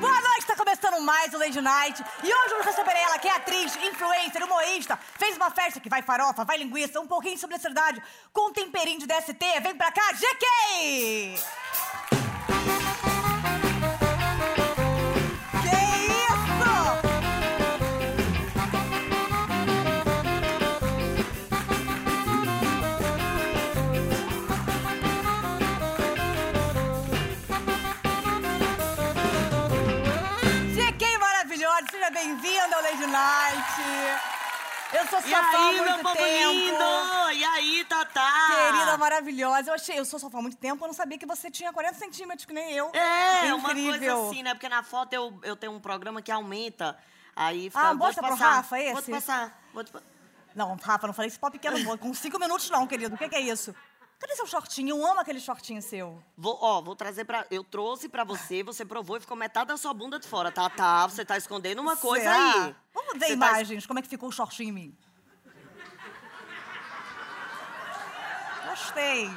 Boa noite, tá começando mais o Lady Night. E hoje eu receberei ela, que é atriz, influencer, humorista. Fez uma festa que vai farofa, vai linguiça, um pouquinho sobre a cidade, com um temperinho de DST. Vem pra cá, GK! Que isso? GK maravilhosa, seja bem-vinda ao Lady Night. Eu sou sua E fã há aí, meu muito povo tempo. lindo! E aí, Tatá? Querida maravilhosa, eu achei, eu sou sua fã há muito tempo, eu não sabia que você tinha 40 centímetros, que nem eu. É, uma coisa Incrível. assim, né? Porque na foto eu, eu tenho um programa que aumenta. Aí fica... Ah, vou te mostra pro passar, Rafa Vou esse? te passar. Vou te... pa- Não, Rafa, não falei esse pó pequeno, não. com cinco minutos não, querido. O que, que é isso? Cadê seu shortinho? Eu amo aquele shortinho seu. Vou, ó, vou trazer pra... Eu trouxe pra você, você provou e ficou metade da sua bunda de fora, tá? Tá, você tá escondendo uma coisa Será? ah, aí. Vamos ver Você tá- imagens, como é que ficou o shortinho em mim. Gostei.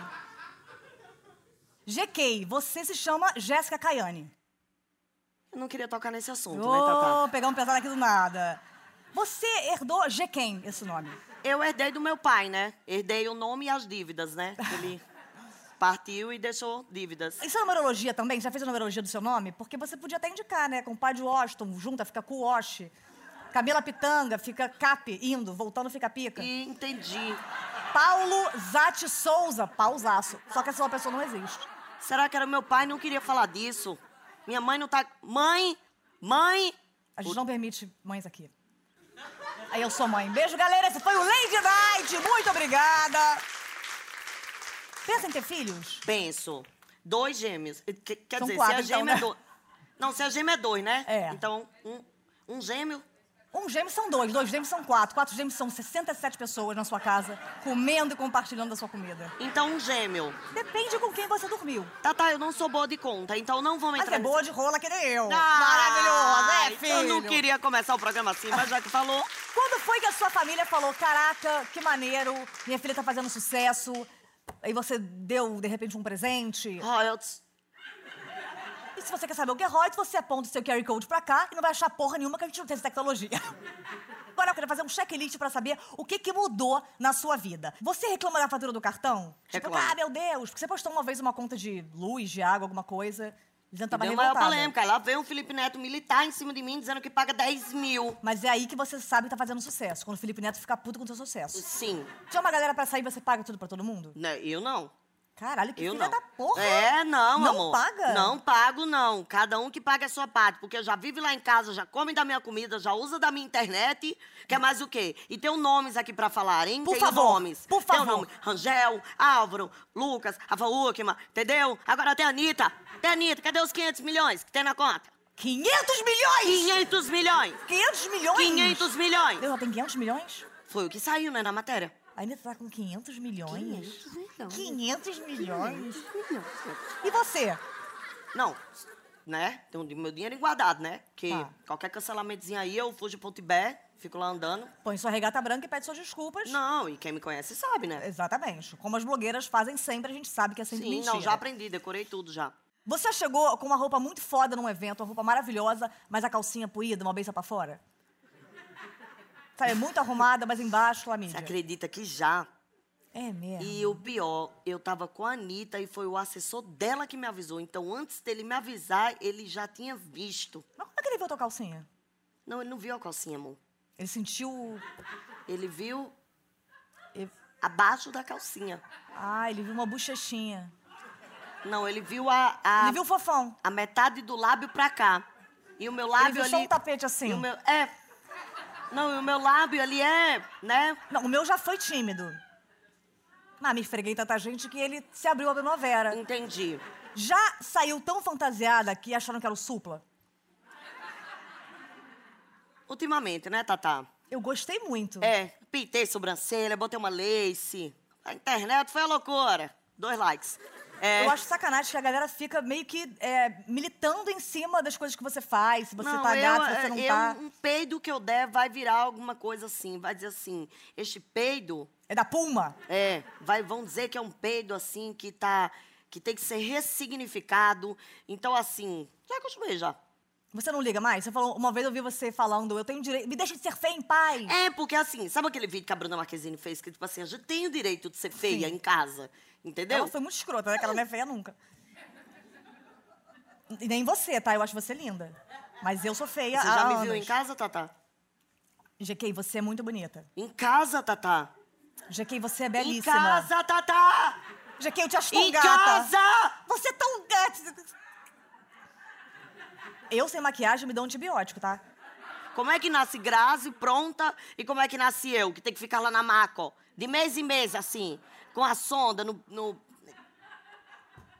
GK, você se chama Jéssica Caiane. Eu não queria tocar nesse assunto, né, Tatá? Ô, pegamos pesado aqui do nada. Você herdou GK, esse nome. Eu herdei do meu pai, né? Herdei o nome e as dívidas, né? Ele partiu e deixou dívidas. Isso é numerologia também? Você já fez a numerologia do seu nome? Porque você podia até indicar, né? Com o pai de Washington, junta, fica com Camila Pitanga, fica Cap, indo, voltando, fica pica. E entendi. Paulo Zati Souza, pausaço. Só que essa pessoa não existe. Será que era meu pai? Não queria falar disso. Minha mãe não tá. Mãe! Mãe! A gente Puta. não permite mães aqui. Aí eu sou mãe. Beijo, galera. Esse foi o Lady Night. Muito obrigada. Pensa em ter filhos? Penso. Dois gêmeos. Eh, que- Quer São dizer, quatro, se a então, gêmea né? é dois. Não, se a gêmea é dois, né? É. Então, um, um gêmeo. Um gêmeo são dois, dois gêmeos são quatro, quatro gêmeos são 67 pessoas na sua casa, comendo e compartilhando da sua comida. Então, um gêmeo. Depende com quem você dormiu. Tá, tá, eu não sou boa de conta, então não vamos Mas entrar. é boa de rola que nem eu. Ah, Maravilhosa, é, filho. Eu não queria começar o programa assim, mas já que falou. Quando foi que a sua família falou, caraca, que maneiro, minha filha tá fazendo sucesso, aí você deu, de repente, um presente? Royalties. E se você quer saber o que é Reuters, você aponta o seu QR Code pra cá e não vai achar porra nenhuma que a gente não tem essa tecnologia. Agora eu quero fazer um checklist pra saber o que, que mudou na sua vida. Você reclama da fatura do cartão? Tipo, Reclamo. ah, meu Deus, porque você postou uma vez uma conta de luz, de água, alguma coisa. Dizendo que tava Deu maior Tá revoltada. polêmica. Lá veio um Felipe Neto militar em cima de mim dizendo que paga 10 mil. Mas é aí que você sabe que tá fazendo sucesso. Quando o Felipe Neto fica puto com o seu sucesso. Sim. Tinha uma galera pra sair, você paga tudo pra todo mundo? Né, Eu não. Caralho, que Eu filha não. da porra! É, não, Não amor. paga? Não pago, não. Cada um que paga a sua parte. Porque eu já vive lá em casa, já come da minha comida, já usa da minha internet. Quer mais o quê? E tem nomes aqui pra falar, hein? Por tem favor, nomes. por Tem o favor. nome Rangel, Álvaro, Lucas, Rafa Uckmann, entendeu? Agora tem a Anitta. Tem a Anitta, cadê os 500 milhões que tem na conta? 500 milhões! 500 milhões! 500 milhões! 500 milhões! Deus, ela tem 500 milhões? Foi o que saiu, né, na matéria. A Anitta tá com 500 milhões? 500 milhões. 500 milhões? milhões. E você? Não, né? Tenho o meu dinheiro guardado, né? Porque Tá. qualquer cancelamentozinho aí, eu fujo pro Tibete, fico lá andando. Põe sua regata branca e pede suas desculpas. Não, e quem me conhece sabe, né? Exatamente. Como as blogueiras fazem sempre, a gente sabe que é sempre Sim, mentira. não, já aprendi, decorei tudo já. Você chegou com uma roupa muito foda num evento, uma roupa maravilhosa, mas a calcinha poída, uma beça pra fora? Sabe, muito arrumada, mas embaixo, Você lamídia. acredita que já? É mesmo. E o pior, eu tava com a Anitta e foi o assessor dela que me avisou. Então, antes dele me avisar, ele já tinha visto. Mas como é que ele viu a tua calcinha? Não, ele não viu a calcinha, amor. Ele sentiu. Ele viu ele- abaixo da calcinha. Ah, ele viu uma bochechinha. Não, ele viu a, a, Ele viu o fofão. a metade do lábio pra cá. E o meu lábio viu ali... só um tapete assim. E o meu, é. Não, e o meu lábio ali é, né? Não, o meu já foi tímido. Mas me esfreguei em tanta gente que ele se abriu a primavera. Entendi. Já saiu tão fantasiada que acharam que era o supla? Ultimamente, né, Tatá? Eu gostei muito. É, pintei sobrancelha, botei uma lace. A internet foi a loucura. Dois likes. É, Eu acho sacanagem que a galera fica meio que é, militando em cima das coisas que você faz, se você não, tá eu, gato, se você não eu, tá. Um peido que eu der vai virar alguma coisa assim. Vai dizer assim, este peido É da Puma? É, vai, vão dizer que é um peido, assim, que tá. que tem que ser ressignificado. Então, assim, já acostumei já. Você não liga mais? Você falou, uma vez eu ouvi você falando, eu tenho direito. Me deixa de ser feia em paz! É, porque assim, sabe aquele vídeo que a Bruna Marquezine fez que, tipo assim, a gente tem o direito de ser feia em casa, entendeu? Ela foi muito escrota, né? Que ela não é feia nunca. E nem você, tá? Eu acho você linda. Mas eu sou feia. Você há já me viu anos. em casa, Tatá? GK, você é muito bonita. Em casa, Tatá? GK, você é Em belíssima. casa, Tatá! GK, eu te acho tão Em gata. casa! Você é tão gata. Eu sem maquiagem me dou um antibiótico, tá? Como é que nasce Grazi pronta e como é que nasce eu, que tem que ficar lá na maca, ó, de mês em mês, assim, com a sonda no. no...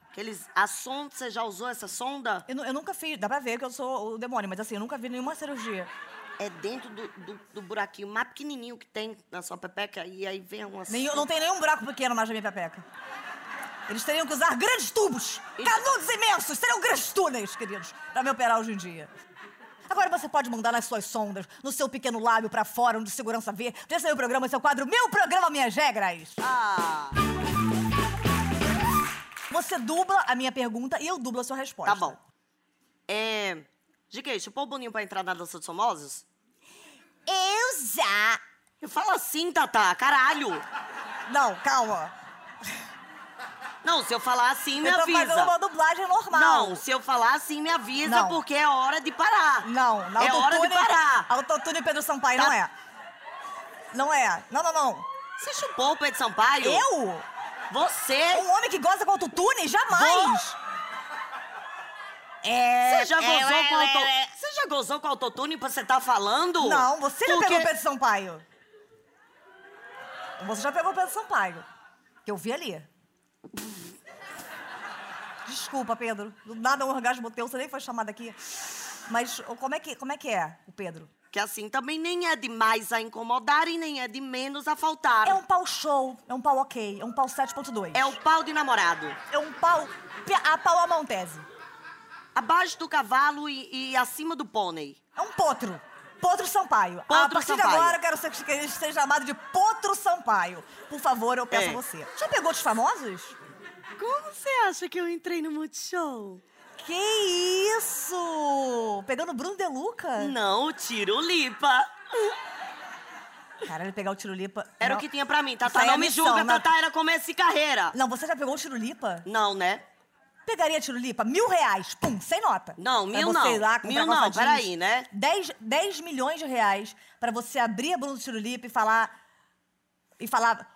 Aqueles. A sonda, você já usou essa sonda? Eu, nu- eu nunca fiz, dá pra ver que eu sou o demônio, mas assim, eu nunca vi nenhuma cirurgia. É dentro do, do, do buraquinho mais pequenininho que tem na sua pepeca e aí vem uma Nem- sonda. não tem nenhum buraco pequeno mais na minha pepeca. Eles teriam que usar grandes tubos, canudos imensos, seriam grandes túneis, queridos, pra me operar hoje em dia. Agora você pode mandar nas suas sondas, no seu pequeno lábio pra fora, onde o segurança vê. Esse é meu programa, esse é o quadro Meu Programa Minhas Regras. Ah, Você dubla a minha pergunta e eu dublo a sua resposta. tá bom. É. GK, chupou o boninho pra entrar na dança dos famosos? Eu já. Eu falo assim, Tatá, caralho! Não, calma. Não, se eu falar assim, me eu tô fazendo avisa. uma dublagem normal. Não, se eu falar assim, me avisa, Não. porque é hora de parar. Não, na É hora de autotune- parar. Autotune Pedro Sampaio, Tá. não é. Não é. Não, não, não. Você chupou o Pedro Sampaio? Eu? Você? Um homem que gosta com autotune? Jamais! É. Você já é, gozou é, com é, auto... é. Você já gozou com autotune pra você tá falando? Não, você já pegou Porque- o Pedro Sampaio. Você já pegou o Pedro Sampaio. Que eu vi ali. Desculpa, Pedro. Do nada um orgasmo teu, você nem foi chamada aqui. Mas ô, como é que, como é, que é o Pedro? Que assim também nem é de mais a incomodar e nem é de menos a faltar. É um pau show, é um pau ok, é um pau 7.2. É o pau de namorado. É um pau. A pau a mão tese. Abaixo do cavalo e, e acima do pônei. É um potro. Potro Sampaio. a Potro partir de Sampaio. agora, eu quero ser- que ele seja chamado de Potro Sampaio. Por favor, eu peço É. a você. Já pegou dos famosos? Como você acha que eu entrei no Multishow? Que isso! Pegando o Bruno De Luca? Não, o tiro lipa. Caralho, pegar o Tirulipa. Era Não. o que tinha pra mim. Isso Tatá, aí é não me missão, julga, né? Tatá era começo de carreira. Não, você já pegou o Tirulipa? Não, né? Pegaria Tirulipa? Mil reais. Pum, sem nota. Não, Pra mil você não. ir lá comprar Mil calça não, jeans. peraí, né? Dez, dez milhões de reais pra você abrir a Bruno Tirulipa e falar... E falar...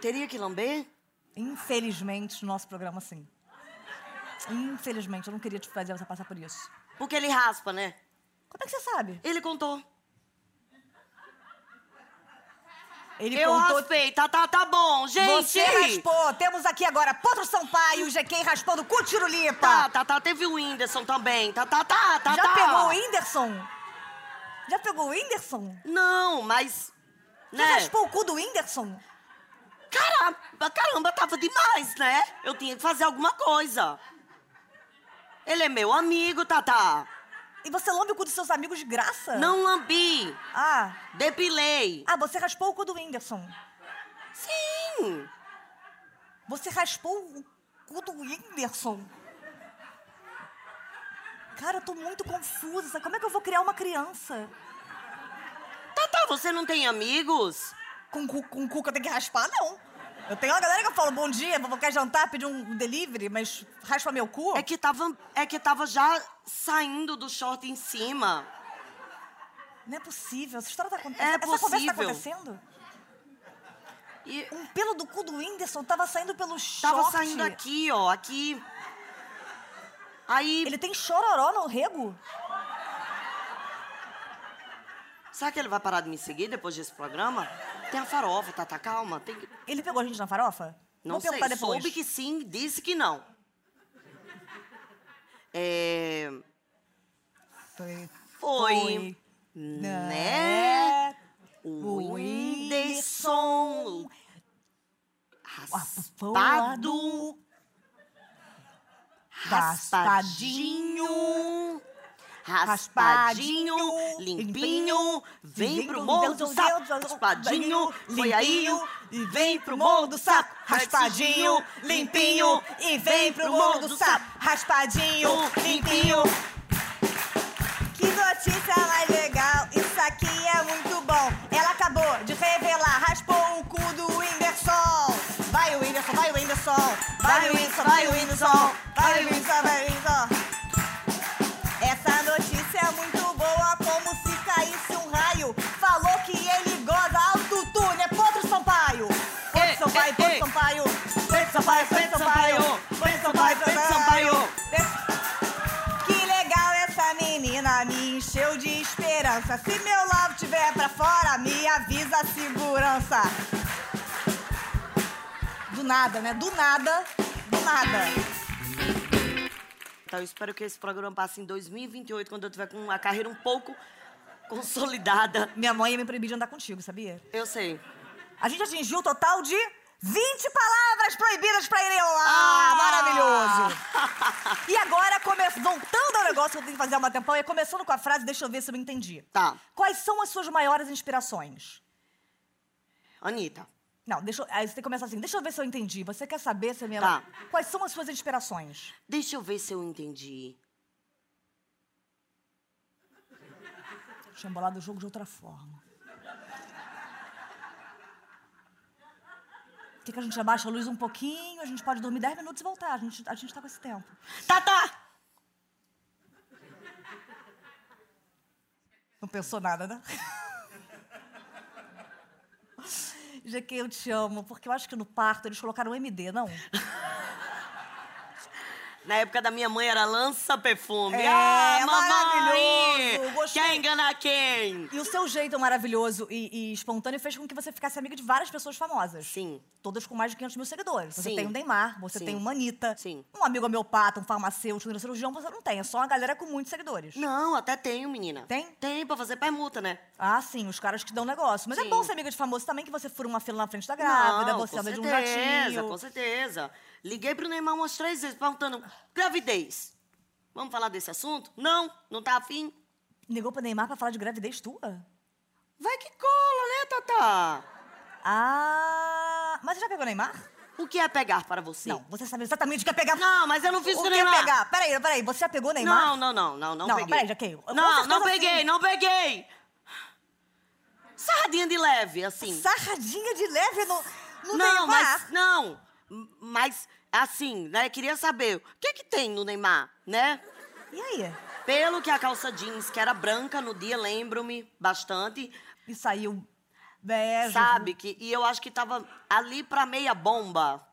Teria que lamber? Infelizmente, no nosso programa, sim. Infelizmente, eu não queria te fazer você passar por isso. Porque ele raspa, né? Como é que você sabe? Ele contou. Ele eu contou. raspei. Tá, tá, tá bom, gente. Você raspou! Temos aqui agora Potro Sampaio, GK raspando com tirulipa! Tá, tá, tá. Teve o Whindersson também. Tá, tá, tá, tá. Já tá. pegou o Whindersson? Já pegou o Whindersson? Não, mas... Já Né? raspou o cu do Whindersson? Caramba, caramba, tava demais, né? Eu tinha que fazer alguma coisa. Ele é meu amigo, Tatá. E você lambe o cu dos seus amigos de graça? Não lambi, Ah, depilei. ah você raspou o cu do Whindersson. Sim. Você raspou o cu do Whindersson. Cara, eu tô muito confusa. Como é que eu vou criar uma criança? Tatá, você não tem amigos? Com, cu- com cu que eu tenho que raspar, não. Eu tenho uma galera que eu falo, bom dia, vou quer jantar, pedir um delivery, mas raspa meu cu. É que tava, é que tava já saindo do short em cima. Não é possível. Essa história tá acontecendo. É Essa conversa tá possível. acontecendo? E Um pelo do cu do Whindersson tava saindo pelo short. tava saindo aqui, ó, aqui. Aí, Ele tem chororó no rego? será que ele vai parar de me seguir depois desse programa? Tem a farofa, Tata, calma. Tem que... Ele pegou a gente na farofa? Não Vou perguntar sei, depois. soube que sim, disse que não. É... Foi. Foi. Né? O Whindersson Whindersson raspado, raspadinho, raspadinho, limpinho, vem pro morro do sapo, raspadinho, foi aí, e vem pro morro do sapo, raspadinho, limpinho, e vem pro morro do sapo, raspadinho, limpinho. Que notícia mais legal, isso aqui é muito bom. Ela acabou de revelar, raspou o cu do Whindersson. Vai o Whindersson, vai o Whindersson. Vai o Whindersson, vai o Whindersson. Vai o Whindersson, vai o Whindersson. Essa notícia é muito boa, como se caísse um raio. Falou que ele goza autotune, é Potro Sampaio. Potro Ei, Sampaio, ei, Potro ei. Sampaio. Potro Sampaio, Potro Sampaio. Potro Sampaio, Potro Sampaio. Que legal essa menina, me encheu de esperança. Se meu love tiver pra fora, me avisa a segurança. Do nada, né? Do nada, do nada. Então, eu espero que esse programa passe em 2028, quando eu tiver com uma carreira um pouco consolidada. Minha mãe ia me proibir de andar contigo, sabia? Eu sei. A gente atingiu o total de 20 palavras proibidas pra ele. Ah, maravilhoso! E agora, come... voltando ao negócio que eu tenho que fazer há um tempão, e começando com a frase, deixa eu ver se eu entendi. Tá. Quais são as suas maiores inspirações? Anitta. Não, deixa eu, aí você tem que começar assim. Deixa eu ver se eu entendi. Você quer saber se a minha... Tá. Quais são as suas inspirações? Deixa eu ver se eu entendi. Deixa eu embolar do jogo de outra forma. Por que que a gente abaixa a luz um pouquinho? A gente pode dormir 10 minutos e voltar. A gente, a gente tá com esse tempo. Tata! Não pensou nada, né? GQ, eu te amo, porque eu acho que no parto eles colocaram MD, não? Na época da minha mãe era lança perfume. É, ah, maravilhoso, mamãe! gostei. Quer enganar quem? E o seu jeito maravilhoso e, e espontâneo fez com que você ficasse amiga de várias pessoas famosas. Sim. Todas com mais de 500 mil seguidores. Você Sim. tem um Neymar, você Sim. tem uma Anitta, Sim. um amigo homeopata, um farmacêutico, um neurocirurgião, você não tem. É só uma galera com muitos seguidores. Não, até tenho, menina. Tem? Tem, pra fazer permuta, né? Ah, sim, os caras que dão negócio. Mas é Sim. bom ser amiga de famoso também, que você fura uma fila na frente da grávida, Não, você com anda de um certeza, jatinho. Com certeza. Liguei pro Neymar umas três vezes perguntando: gravidez. Vamos falar desse assunto? Não, não tá afim? Negou pra Neymar pra falar de gravidez tua? Vai que cola, né, Tata? Ah... Mas você já pegou Neymar? O que é pegar para você? Não, você sabe exatamente o que é pegar. Não, mas eu não fiz o com que o Neymar. é pegar. Peraí, peraí, você já pegou Neymar? Não, não, não, não, não, Não, peguei. peraí, Jaqueline, com Não, não certeza peguei, sim. não peguei. Sardinha de leve, assim. Sarradinha de leve no, no Neymar. não, mas não. M- Mas assim, né, queria saber, o que que tem no Neymar, né? E aí? Pelo que a calça jeans, que era branca no dia, lembro-me bastante, E saiu É, beijo. sabe? Que, e eu acho que tava ali pra meia bomba.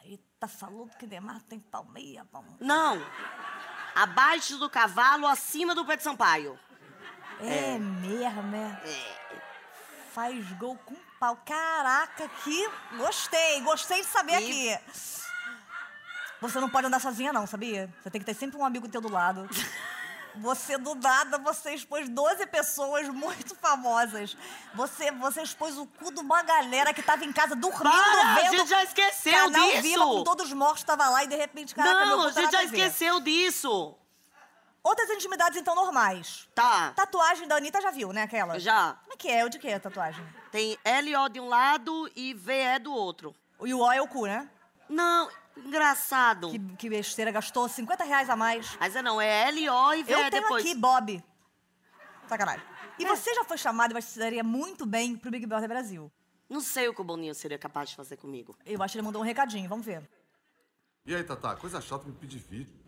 Aí tá falando que Neymar tem palmeia, palmeia. Não. Abaixo do cavalo, acima do pé de Sampaio. É, mesmo, é. É, Faz gol com um pau. Caraca, que... Gostei, gostei de saber E- aqui. Você não pode andar sozinha, não, sabia? Você tem que ter sempre um amigo teu do lado. Você, do nada, você expôs 12 pessoas muito famosas. Você, você expôs o cu de uma galera que tava em casa dormindo, Para, a vendo gente já esqueceu canal disso. Viva com todos os mortos tava lá e de repente, caraca, meu não, a cu tá gente na já TV. esqueceu disso. Outras intimidades, então, normais. Tá. Tatuagem da Anitta já viu, né, aquela? Já. Como é que é? O de que é a tatuagem? Tem LO de um lado e VE do outro. E o O é o cu, né? Não, engraçado. Que, que besteira, gastou 50 reais a mais. Mas é não, é LO e VE Eu tenho depois. É. aqui, Bob. Sacanagem. E você já foi chamado, mas se daria muito bem pro Big Brother Brasil. Não sei o que o Boninho seria capaz de fazer comigo. Eu acho que ele mandou um recadinho, vamos ver. E aí, Tatá, coisa chata me pedir vídeo.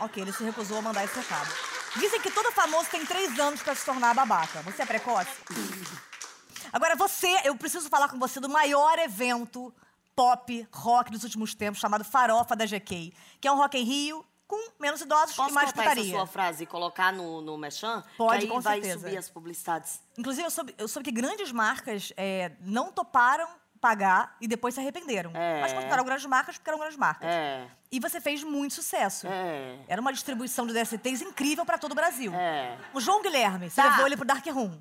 Ok, ele se recusou a mandar esse recado. Dizem que todo famoso tem três anos pra se tornar babaca. Você é precoce? Agora, você, eu preciso falar com você do maior evento pop rock dos últimos tempos, chamado Farofa da GK, que é um rock em Rio com menos idosos Posso e mais cortar essa putaria. sua frase e colocar no, no Mechan? Pode, que aí com vai certeza. subir as publicidades. Inclusive, eu soube, eu soube que grandes marcas é, não toparam pagar e depois se arrependeram. É. Mas continuaram grandes marcas porque eram grandes marcas. É. E você fez muito sucesso. É. Era uma distribuição de DSTs incrível pra todo o Brasil. É. O João Guilherme, você Tá. levou ele pro Dark Room.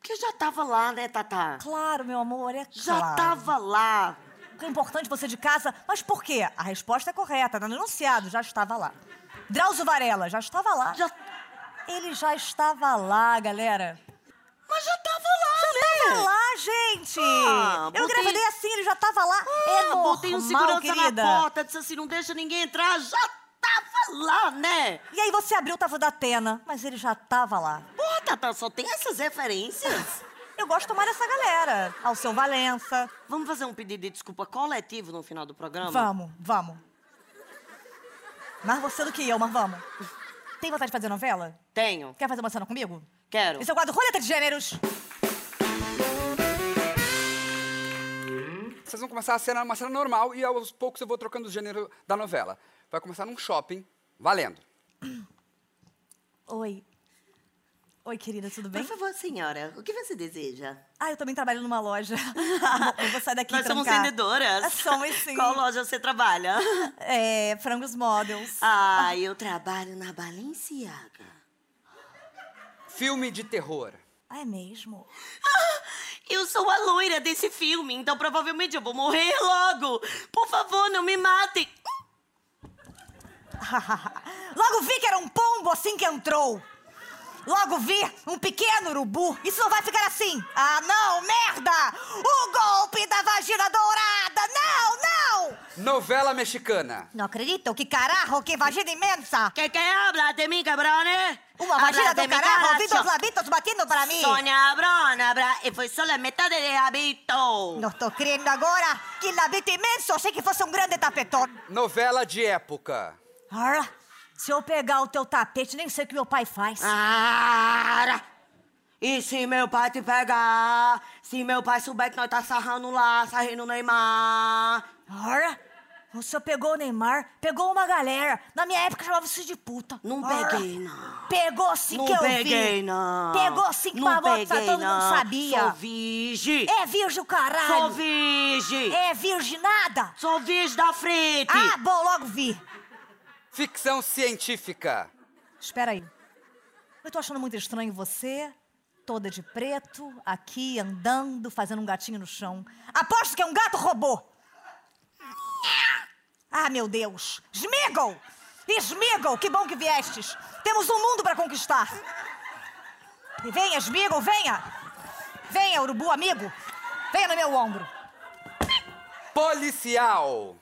Porque já tava lá, né, Tatá? Claro, meu amor, é claro. Já tava lá. O que é importante você de casa, mas por quê? A resposta é correta, no enunciado, já estava lá. Drauzio Varela, já estava lá. Já... Ele já estava lá, galera. Mas já tava lá, né? Tava Tá lá, gente! Ah, Eu botei- gravidei assim, ele já estava lá. é Ah, normal, botei um segurança querida. na porta, disse assim, não deixa ninguém entrar. Já tava lá, né? E aí você abriu o tava da Atena, mas ele já estava lá. Porra, Tatá, só tem essas referências. Eu gosto mais dessa galera. Ao seu Valença. Vamos fazer um pedido de desculpa coletivo no final do programa? Vamos, vamos. Mais você do que eu, mas vamos. Tem vontade de fazer novela? Tenho. Quer fazer uma cena comigo? Quero. Esse é o quadro Roleta de Gêneros. Vocês vão começar a cena, uma cena normal e aos poucos eu vou trocando o gênero da novela. Vai começar num shopping, valendo. Oi. Oi, querida, tudo um bem? Por favor, senhora, o que você deseja? Ah, eu também trabalho numa loja. eu vou sair daqui Nós somos trancar. É, vendedoras. Somos sim. Qual loja você trabalha? É, frangos models. Ah, eu trabalho na Balenciaga. Filme de terror. Ah, é mesmo? Eu sou a loira desse filme, então provavelmente eu vou morrer logo. Por favor, não me matem. Logo vi que era um pombo assim que entrou. Logo vi um pequeno urubu. Isso não vai ficar assim. Ah, não, merda! O golpe da vagina dourada! Não, não! Novela mexicana. Não acredito, que carajo, que vagina imensa! Que que habla de mim, cabrones? Uma Habla vagina de do mim, carajo, ouvindo os caracho. labitos batendo para mim! Sonia Brona, bra... E foi só a metade de habito. Não estou crendo agora que labito imenso, achei que fosse um grande tapetão. Novela de época. Ora, se eu pegar o teu tapete, nem sei o que meu pai faz. Ah, Cara! E se meu pai te pegar? Se meu pai souber que nós tá sarrando lá, sarrando Neymar. Ora, o senhor pegou o Neymar, pegou uma galera. Na minha época chamava isso de puta. Não Ora, peguei, não. Pegou sim não que eu peguei, vi. não. Pegou sim que não babota, peguei, todo não. mundo sabia. Sou virgem. É virgem o caralho. Sou virgem. É virgem nada. Sou virgem da frente. Ah, bom, logo vi. Ficção científica. Espera aí. Eu tô achando muito estranho você, toda de preto, aqui andando, fazendo um gatinho no chão. Aposto que é um gato robô! Ah, meu Deus! Smiggle! Smiggle, que bom que viestes! Temos um mundo pra conquistar! E venha, Smiggle, venha! Venha, urubu amigo! Venha no meu ombro! Policial.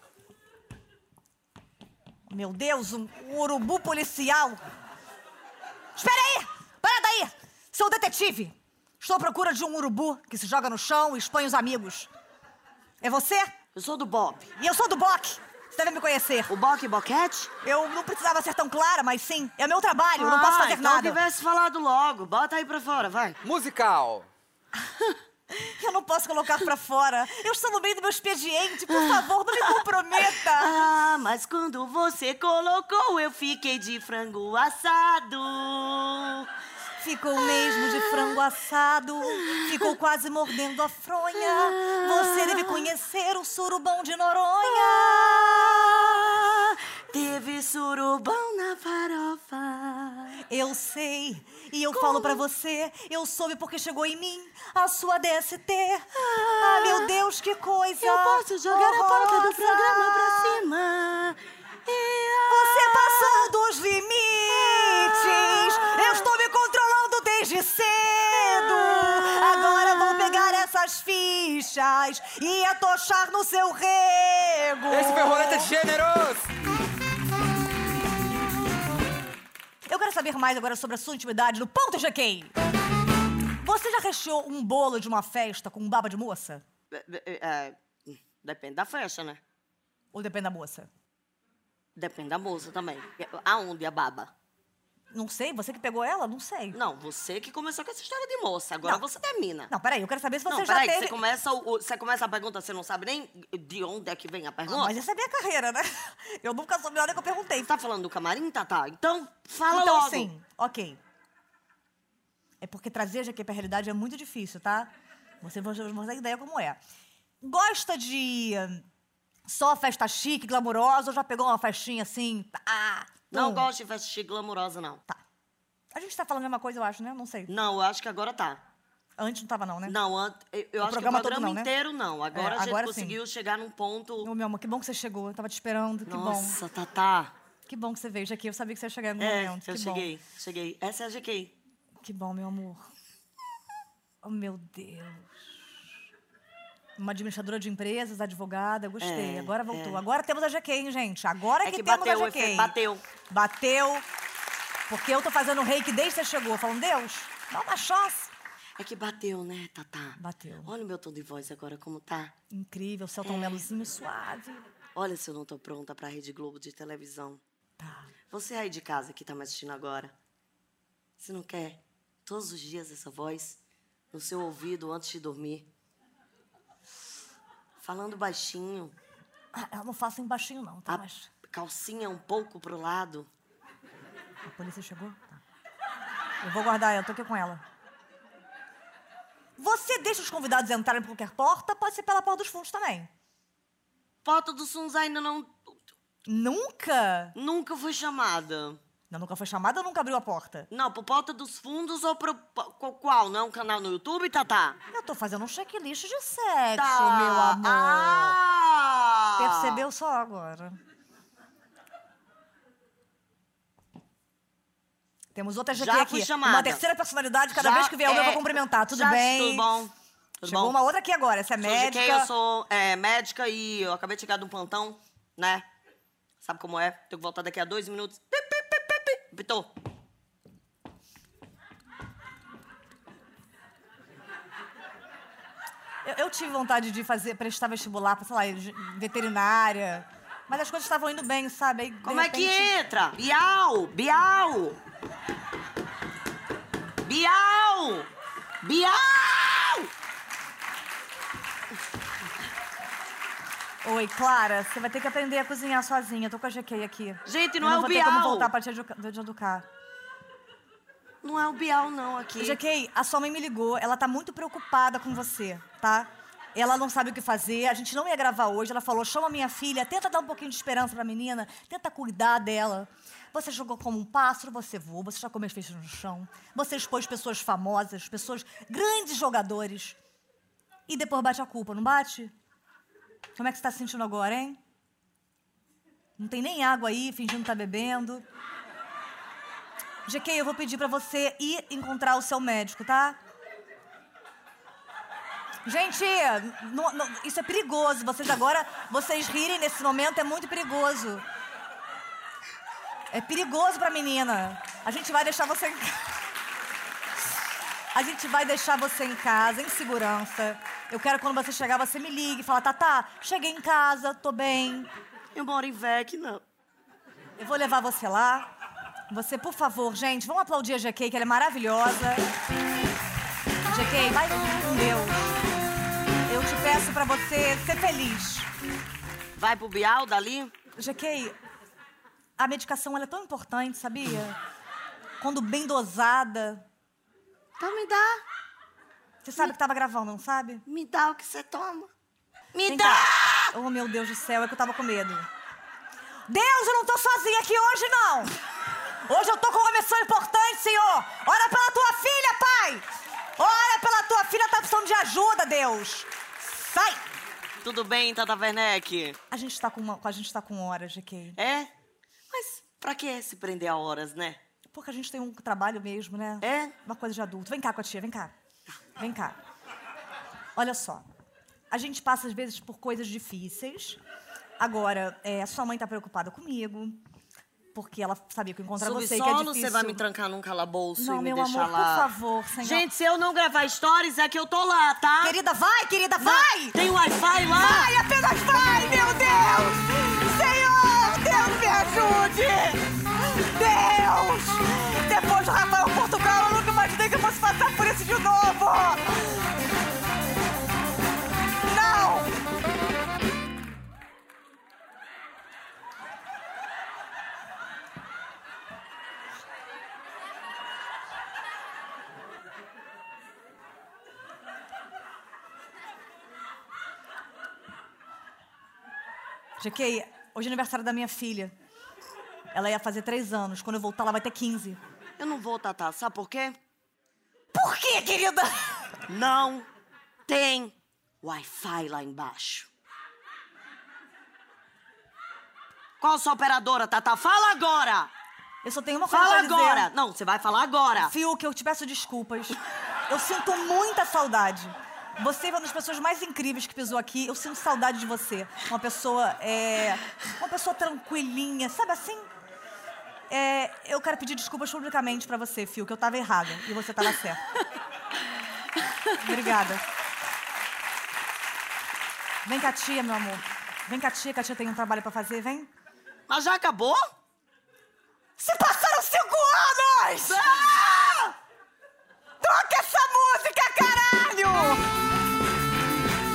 Meu Deus, um urubu policial. Espera aí! Para daí! Sou detetive. Estou à procura de um urubu que se joga no chão e expõe os amigos. É você? Eu sou do Bob. E eu sou do BOC. Você deve me conhecer. O Bob Boquete? Eu não precisava ser tão clara, mas sim, é meu trabalho, eu não Ah, posso fazer então nada. tivesse falado logo. Bota aí pra fora, vai. Musical. Eu não posso colocar pra fora. Eu estou no meio do meu expediente. Por favor, não me comprometa. Ah, mas quando você colocou, eu fiquei de frango assado. Ficou mesmo de frango assado, ficou quase mordendo a fronha. Você deve conhecer o surubão de Noronha. Ah, teve surubão na farofa. Eu sei, e eu falo pra você, eu soube porque chegou em mim a sua DST. Ah, meu Deus, que coisa! Eu posso jogar a pauta do horrorosa. programa pra cima. Você passou dos limites! Eu estou me controlando desde cedo! Agora vou pegar essas fichas e atochar no seu rego! Esse foi Roleta de Gêneros. Eu quero saber mais agora sobre a sua intimidade no ponto GK! Você já recheou um bolo de uma festa com um baba de moça? é, depende da festa, né? Ou depende da moça? Depende da moça também. Aonde a baba? Não sei, você que pegou ela? Não sei. Não, você que começou com essa história de moça. Agora Não. você termina. Não, peraí, eu quero saber se você não, já peraí, que teve... você começa, o- o- você começa a pergunta, você não sabe nem de onde é que vem a pergunta. Ah, mas essa é minha carreira, né? Eu nunca soube a hora que eu perguntei. Tá falando do camarim, Tatá? Então, fala então, logo. sim, ok. É porque trazer GQ pra realidade é muito difícil, tá? Você não tem ideia como é. Gosta de hum, só festa chique, glamurosa, ou já pegou uma festinha assim? Ah, Não pum? gosto de festa chique glamurosa, não. Tá. A gente tá falando a mesma coisa, eu acho, né? Não sei. Não, eu acho que agora tá. Antes não tava, não, né? Não, an- eu eu O acho que o programa programa todo não, né? inteiro não. Agora É, a gente agora sim. conseguiu chegar num ponto. Ô, meu amor, que bom que você chegou. Eu tava te esperando. Que bom. Nossa, Tatá. Que bom que você veio aqui. Eu sabia que você ia chegar no É, momento. eu que cheguei, cheguei. Essa é a GK. bom. Que bom, meu amor. Oh, meu Deus. Uma administradora de empresas, advogada, gostei. É, Agora voltou. Agora temos a GK, hein, gente? Agora É que, que temos bateu a o GK. efeito, bateu. Bateu. Porque eu tô fazendo reiki desde que você chegou. Falando, Deus, dá uma chance. É que bateu, né, Tatá? Bateu. Olha o meu tom de voz agora, como tá. Incrível, céu É. tão melozinho, suave. Olha se eu não tô pronta pra Rede Globo de televisão. Tá. Você aí de casa que tá me assistindo agora, você não quer todos os dias essa voz no seu ouvido antes de dormir? Falando baixinho, Ah, Eu não faço em baixinho, não, tá? a Mas calcinha um pouco pro lado. a polícia chegou? Tá. Eu vou guardar ela, tô aqui com ela. Você deixa os convidados entrarem por qualquer porta, pode ser pela porta dos fundos também. Porta dos Suns ainda não. Nunca? Nunca foi chamada. Não, nunca foi chamada, nunca abriu a porta. Não, pro Porta dos Fundos ou pro. pro- Qual? Não é um canal no YouTube, Tatá? Eu tô fazendo um checklist de sexo, Tá. É meu amor. Ah! Percebeu só agora. Temos outra GQ Já aqui. fui chamada. Uma terceira personalidade, cada Já vez que vier uma eu é- vou cumprimentar. Tudo já- bem? Tudo bom? Tudo Chegou bom? uma outra aqui agora, essa é Sou de médica. quem? Eu sou é, médica e eu acabei de chegar de um plantão, né? Sabe como é? Tenho que voltar daqui a dois minutos. Pip, pip, pip, pip, pip. Pitou. Eu, eu tive vontade de fazer, prestar vestibular pra, sei lá, ge- veterinária. Mas as coisas estavam indo bem, sabe? Aí, de Como é que repente, entra? Bial! Bial! Bial! Bial! Oi, Clara, você vai ter que aprender a cozinhar sozinha. Eu tô com a GQ aqui. Gente, Eu não é o vou ter como Bial. voltar pra te, educa- te educar. Não é o Bial, não, aqui. Jaquei, a sua mãe me ligou, ela tá muito preocupada com você, tá? Ela não sabe o que fazer, a gente não ia gravar hoje. Ela falou: chama minha filha, tenta dar um pouquinho de esperança pra menina, tenta cuidar dela. Você jogou como um pássaro, você voou, você já comeu as fichas no chão, você expôs pessoas famosas, pessoas, grandes jogadores. E depois bate a culpa, não bate? Como é que você tá se sentindo agora, hein? Não tem nem água aí, fingindo que tá bebendo. GK, eu vou pedir pra você ir encontrar o seu médico, tá? Gente, não- não- isso é perigoso. Vocês agora, vocês rirem nesse momento é muito perigoso. É perigoso pra menina. A gente vai deixar você em casa. A gente vai deixar você em casa, em segurança. Eu quero quando você chegar, você me ligue e fala, Tatá, cheguei em casa, tô bem. Eu moro em Vec, não. Eu vou levar você lá. Você, por favor, gente, vamos aplaudir a GK, que ela é maravilhosa. GK, vai com Deus. Eu te peço pra você ser feliz. Vai pro Bial dali? GK, a medicação ela é tão importante, sabia? Quando bem dosada. Então me dá. Você sabe que tava gravando, não sabe? Me dá o que você toma. Me Vem dá! cá. Oh, meu Deus do céu, é que eu tava com medo. Deus, eu não tô sozinha aqui hoje, não! Hoje eu tô com uma missão importante, Senhor! Ora pela tua filha, Pai! Ora pela tua filha, tá precisando de ajuda, Deus! Sai! Tudo bem, Tata Werneck? A gente tá com, uma, a gente tá com horas, GK. É? Mas pra que se prender a horas, né? Porque a gente tem um trabalho mesmo, né? É? Uma coisa de adulto. Vem cá com a tia, vem cá. Vem cá. Olha só. A gente passa, às vezes, por coisas difíceis. Agora, é, a sua mãe tá preocupada comigo. Porque ela sabia que eu encontrar você, que é Subsolo, difícil. você vai me trancar num calabouço Não, e me meu deixar amor, por lá. favor, senhor. Gente, se eu não gravar stories, é que eu tô lá, tá? Querida, vai, querida, vai! Tem Wi-Fi lá? Vai, apenas vai, meu Deus! Senhor, Deus me ajude! Deus! Depois do Rafael Portugal, eu nunca imaginei que eu fosse passar por isso de novo! Não! GK, hoje é aniversário da minha filha. Ela ia fazer três anos. Quando eu voltar, ela vai ter 15. Eu não vou, Tatá. Sabe por quê? Por quê, querida? Não tem Wi-Fi lá embaixo. Qual sua operadora, Tatá? Fala agora! Eu só tenho uma coisa Fala pra dizer. agora! Não, você vai falar agora. Fiuk, eu te peço desculpas. Eu sinto muita saudade. Você é uma das pessoas mais incríveis que pisou aqui. Eu sinto saudade de você. Uma pessoa, é... Uma pessoa tranquilinha, sabe assim? É, eu quero pedir desculpas publicamente pra você, Fiuk. Eu tava errada e você tava certa. Obrigada. Vem cá, tia, meu amor. Vem cá, tia, que a tia tem um trabalho pra fazer. Vem. Mas já acabou? Se passaram cinco anos! Toca essa música, caralho!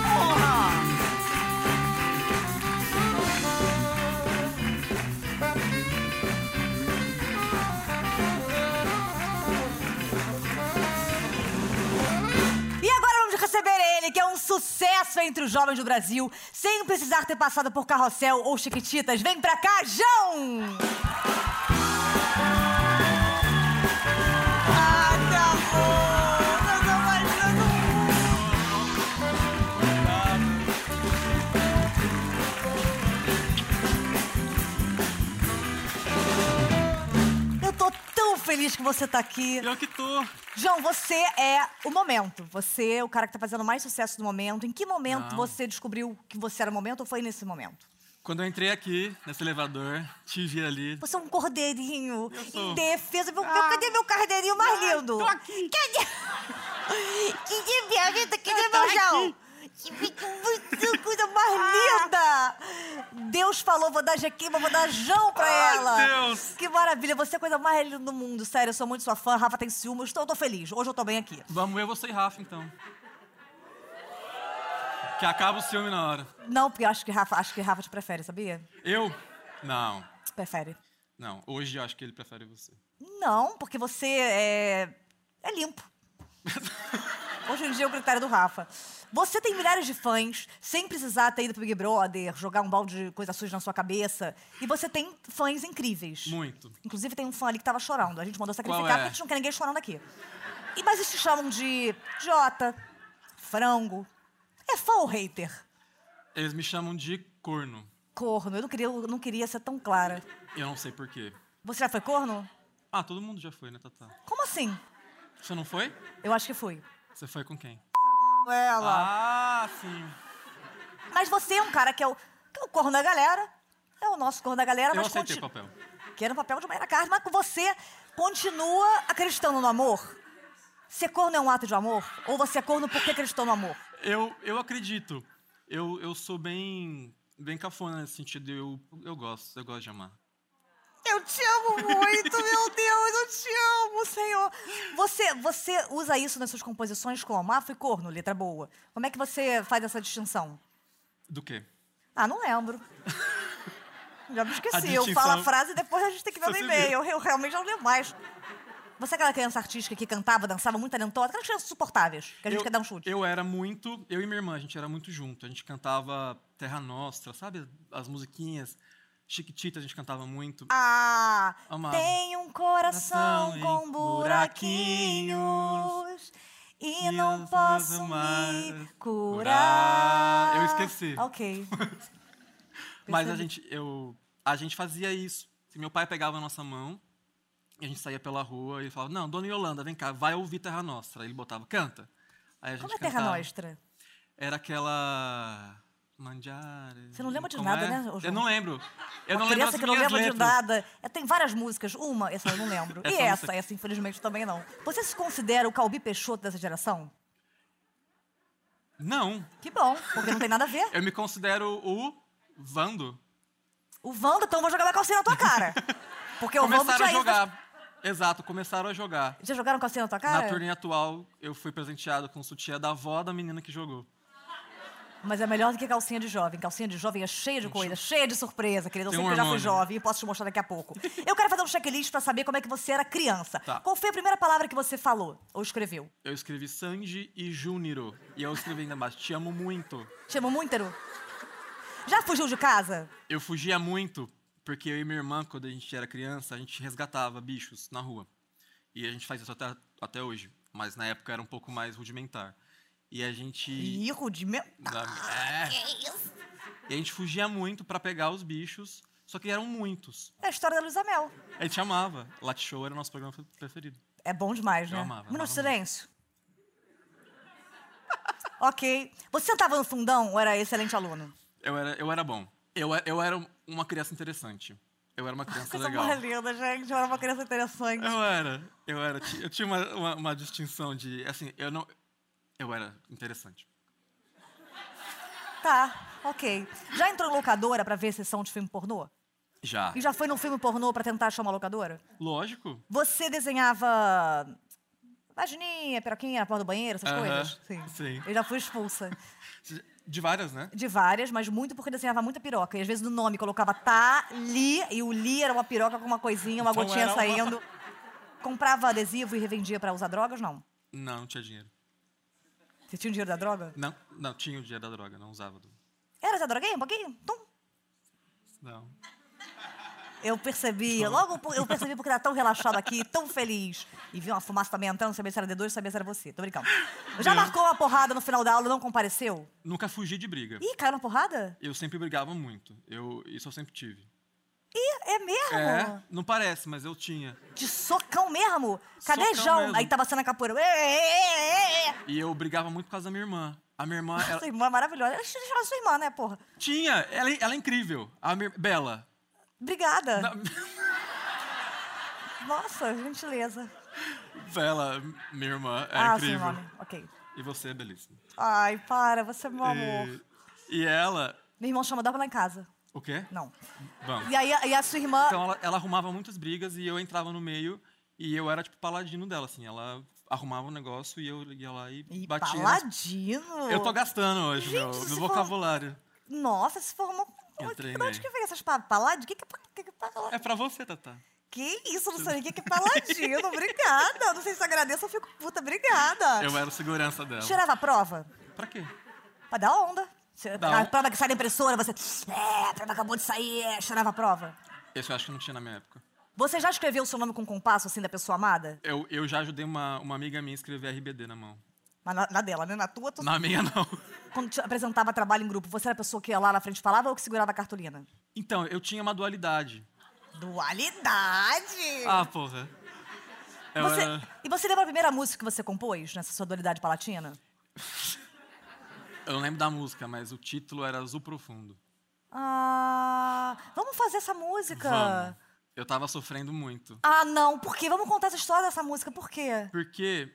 Porra! E agora vamos receber ele, que é um sucesso entre os jovens do Brasil, sem precisar ter passado por carrossel ou chiquititas. Vem pra cá, João! Ah, meu amor, eu tô apaixonado. Eu tô tão feliz que você tá aqui. Pior que tô. João, você é o momento. Você é o cara que tá fazendo mais sucesso no momento. Em que momento você descobriu que você era o momento ou foi nesse momento? Quando eu entrei aqui, nesse elevador, te vi ali. Você é um cordeirinho sou. Ah. indefeso. Meu, meu- cadê meu cordeirinho mais Tá lindo? Tô aqui. Cadê? Que de viagem, tá- cadê meu João? Que fica muito- coisa mais Ah. linda! Deus falou, vou dar Jequima, vou dar João pra Ai, ela! Deus. Que maravilha, você é a coisa mais linda do mundo, sério, eu sou muito sua fã, Rafa tem ciúme, eu estou, eu tô feliz, hoje eu tô bem aqui. Vamos eu, você e Rafa, então. Que acaba o filme na hora. Não, porque eu acho que Rafa, acho que Rafa te prefere, sabia? Eu? Não. Te prefere. Não. Hoje eu acho que ele prefere você. Não, porque você é, é limpo. Hoje em dia é o critério do Rafa. Você tem milhares de fãs, sem precisar ter ido pro Big Brother, jogar um balde de coisa suja na sua cabeça. E você tem fãs incríveis. Muito. Inclusive, tem um fã ali que tava chorando. A gente mandou sacrificar Qual é? porque a gente não quer ninguém chorando aqui. E, mas eles te chamam de Jota, frango. É fã ou hater? Eles me chamam de corno. Corno. Eu não queria, eu não queria ser tão clara. Eu não sei porquê. Você já foi corno? Ah, todo mundo já foi, né, Tatá? Como assim? Você não foi? Eu acho que fui. Você foi com quem? Ela. Ah, sim. Mas você é um cara que é o, que é o corno da galera. É o nosso corno da galera, Eu mas aceitei o continua. papel. Que era o papel de Mayra Carta, mas com você continua acreditando no amor? Ser corno é um ato de amor? Ou você é corno porque acreditou no amor? Eu, eu acredito. Eu, eu sou bem, bem cafona nesse sentido. Eu, eu gosto, eu gosto de amar. Eu te amo muito, meu Deus, eu te amo, Senhor. Você, você usa isso nas suas composições como? Ah, fui corno, letra boa. Como é que você faz essa distinção? Do quê? Ah, não lembro. Já me A esqueci. Eu distinção- falo a frase e depois a gente tem que ver no Você e-mail. Eu realmente não lembro mais. Você é aquela criança artística que cantava, dançava muito talentosa? Aquelas crianças suportáveis, que a gente eu, quer dar um chute. Eu era muito. Eu e minha irmã, a gente era muito junto. A gente cantava Terra Nostra, sabe? As musiquinhas. Chiquitita, a gente cantava muito. Ah, Amava. tem um coração Coração em com buraquinhos buraquinhos, e e não as posso mais me curar. curar. Eu esqueci. Ok. Mas a percebi. gente, eu, a gente fazia isso. Se meu pai pegava a nossa mão, e a gente saía pela rua e falava: Não, dona Yolanda, vem cá, vai ouvir Terra Nostra. Aí Ele botava, canta. Aí a gente Como é Terra cantava. Nostra? Era aquela. Mandiare. Você não lembra de como nada, é? né, ô Eu João? não lembro. Eu Uma não lembro criança as que não minhas lembra de letras. nada. É, tem várias músicas. Uma, essa eu não lembro. Essa e eu não essa, sei. essa infelizmente também não. Você se considera o Calbi Peixoto dessa geração? Não, Que bom, porque não tem nada a ver. eu me considero o Vando. O Wanda, então eu vou jogar uma calcinha na tua cara. Porque o Wanda começaram tinha a isso. jogar. Exato, começaram a jogar. Já jogaram calcinha na tua Na cara? turnê atual, eu fui presenteado com o sutiã da avó da menina que jogou. Mas é melhor do que calcinha de jovem. Calcinha de jovem é cheia de coisa, cheia de surpresa, querida. Eu Tem sei um que eu já fui hormônio. jovem e posso te mostrar daqui a pouco. Eu quero fazer um checklist pra saber como é que você era criança. Tá. Qual foi a primeira palavra que você falou ou escreveu? Eu escrevi Sanji e Júniro. E eu escrevi ainda mais, te amo muito. Te amo muito, Eru? Já fugiu de casa? Eu fugia muito, porque eu e minha irmã, quando a gente era criança, a gente resgatava bichos na rua. E a gente faz isso até, até hoje, mas na época era um pouco mais rudimentar. E a gente. Ih, rudimento. É. E a gente fugia muito pra pegar os bichos, só que eram muitos. É a história da Luísa Mel. A gente amava. Latte Show era o nosso programa preferido. É bom demais, Eu né? amava, Minuto de amava silêncio. ok. Você sentava no fundão ou era excelente aluno? Eu era, eu era bom. Eu, e- eu era uma criança interessante. Eu era uma criança Coisa legal. mais linda, gente. Eu era uma criança interessante. Eu era, eu era. ti- Eu tinha uma, uma, uma distinção de. Assim, eu não. Eu era interessante. Tá, ok. Já entrou em locadora pra ver sessão de filme pornô? Já. E já foi num filme pornô pra tentar achar uma locadora? Lógico. Você desenhava. Vagininha, piroquinha, na porta do banheiro, essas Aham, coisas? Sim. sim. Eu já fui expulsa. De várias, né? De várias, mas muito porque desenhava muita piroca. E às vezes no nome colocava tá, li, e o li era uma piroca com uma coisinha, uma Então gotinha era uma- saindo. Comprava adesivo e revendia pra usar drogas? Não. Não, não tinha dinheiro. Você tinha o dinheiro da droga? Não, não, tinha o dinheiro da droga, não usava. do- Era essa droguinha? Um pouquinho? Tum. Não. Eu percebi, logo po- eu percebi porque era tão relaxado aqui, tão feliz. E vi uma fumaça também entrando, não sabia se era D2, não sabia se era você. Tô brincando. Já marcou uma porrada no final da aula, não compareceu? Nunca fugi de briga. Ih, caiu na porrada? Eu sempre brigava muito. Eu, isso eu sempre tive. Ih, é mesmo? É? Não parece, mas eu tinha. De socão mesmo? Cadê Socão João? mesmo. Aí tava sendo a capoeira. Ê, ê, ê, ê. E eu brigava muito por causa da minha irmã. A minha irmã, ela, Sua irmã é maravilhosa. Ela chama sua irmã, né, porra? tinha, ela, é- ela é incrível. A minha, Bela. Obrigada. Na- Nossa, gentileza. Bela, minha irmã, é ah, incrível. seu nome. Ok. E você é belíssima. Ai, para, você é meu amor. E, e ela, Meu irmão chama, dorme lá em casa. o quê? Não. Vamos. E aí, a- e a sua irmã... Então ela, ela arrumava muitas brigas e eu entrava no meio e eu era tipo paladino dela, assim. Ela arrumava um negócio e eu ia lá e, Ih, batia. nas- paladino. Eu tô gastando hoje meu, Gente, meu se for- vocabulário. Nossa, se formou... um De Eu onde treinei. que vem essas palavras? Paladino? O que que é pa- que que é É paladino? pra você, Tatá. Que isso, Luciane? O que que é paladino? Obrigada. Eu Não sei se eu agradeço, eu fico puta. Obrigada. Eu era o segurança dela. Tirava a prova? Pra quê? Pra dar onda. Você- Dá a on- prova que sai da impressora, você. É, a prova acabou de sair, é, chorava a prova. Isso eu acho que não tinha na minha época. Você já escreveu o seu nome com compasso, assim, da pessoa amada? Eu, eu já ajudei uma, uma amiga minha a escrever RBD na mão. Mas na, na dela, né? Na tua, tu, Na minha, não. quando te apresentava trabalho em grupo, você era a pessoa que ia lá na frente e falava ou que segurava a cartolina? Então, eu tinha uma dualidade. Dualidade! Ah, é porra. Eu É. Você- era- E você lembra a primeira música que você compôs nessa sua dualidade palatina? Eu não lembro da música, mas o título era Azul Profundo. Ah. Vamos fazer essa música! Vamos. Eu tava sofrendo muito. Ah, não, por quê? Vamos contar essa história dessa música, por quê? Porque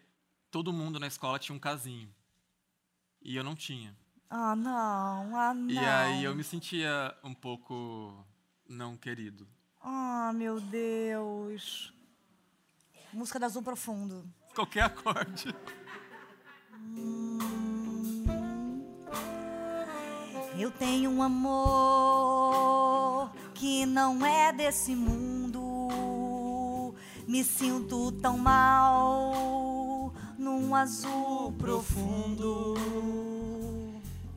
todo mundo na escola tinha um casinho. E eu não tinha. Ah, não, ah, não. E aí eu me sentia um pouco não querido. Ah, meu Deus. Música da Azul Profundo. Qualquer acorde. Eu tenho um amor que não é desse mundo. Me sinto tão mal num azul profundo.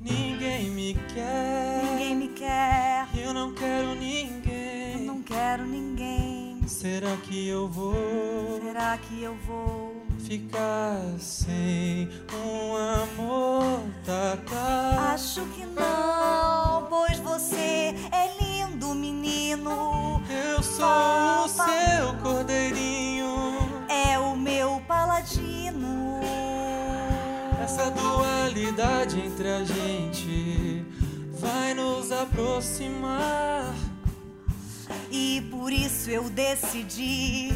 Ninguém me quer, Ninguém me quer, eu não quero eu ninguém. não quero ninguém. Será que eu vou Será que eu vou? ficar sem um amor, Tatá? Acho que não, pois você é lindo, menino. Eu sou o Papa. seu cordeirinho. É o meu paladino. Essa dualidade entre a gente vai nos aproximar. E por isso eu decidi.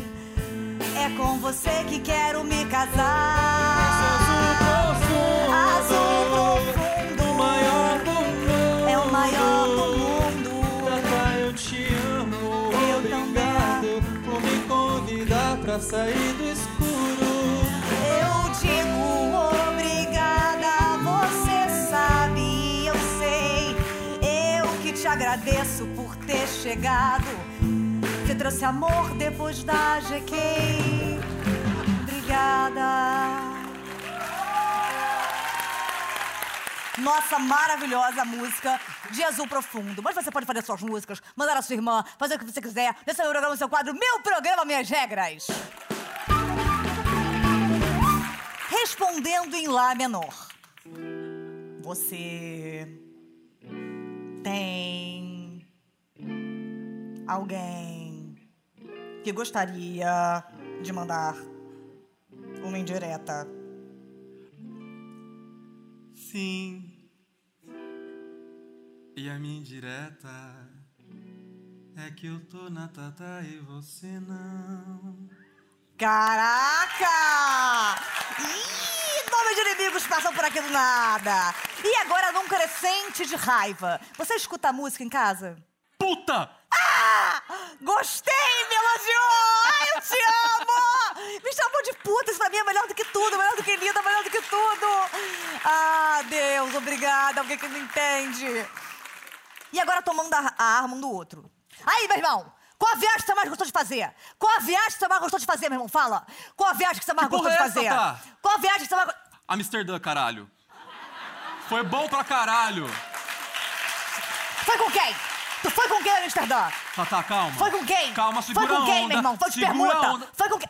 É com você que quero me casar. Azul Azul profundo, profundo o maior vulcão. é o maior do mundo. Tata, eu te amo. Eu Obrigado por me convidar pra sair do escuro. Eu digo obrigada, você sabe, eu sei. Eu que te agradeço por ter chegado. Você trouxe amor depois da GK. Obrigada. nossa maravilhosa música de Azul Profundo. Mas você pode fazer suas músicas, mandar a sua irmã, fazer o que você quiser. Nesse é o meu programa, seu quadro, meu programa, minhas regras. Respondendo em Lá menor. Você tem alguém que gostaria de mandar uma indireta? Sim. E a minha indireta é que eu tô na tata e você não. Caraca! Ih, nomes de inimigos passam por aqui do nada. E agora num crescente de raiva. Você escuta a música em casa? Puta! Gostei, me elogiou! Ai, eu te amo! Me chamou de puta, isso pra mim é melhor do que tudo, melhor do que linda, melhor do que tudo! Ah, Deus, obrigada, alguém que não entende. E agora tomando a, a arma um do outro. Aí, meu irmão, qual a viagem que você mais gostou de fazer? Qual a viagem que você mais gostou de fazer, meu irmão? Fala! Qual a viagem que você mais Que gostou porra de é essa, fazer? Tatá? Qual a viagem que você mais... go- Amsterdã, caralho. Foi bom pra caralho. Foi com quem? Tu foi com quem, Amsterdã? Tatá, Tá, calma. Foi com quem? Calma, segura Foi com a quem, onda. meu irmão? Foi de segura a permuta? onda. Foi com quem?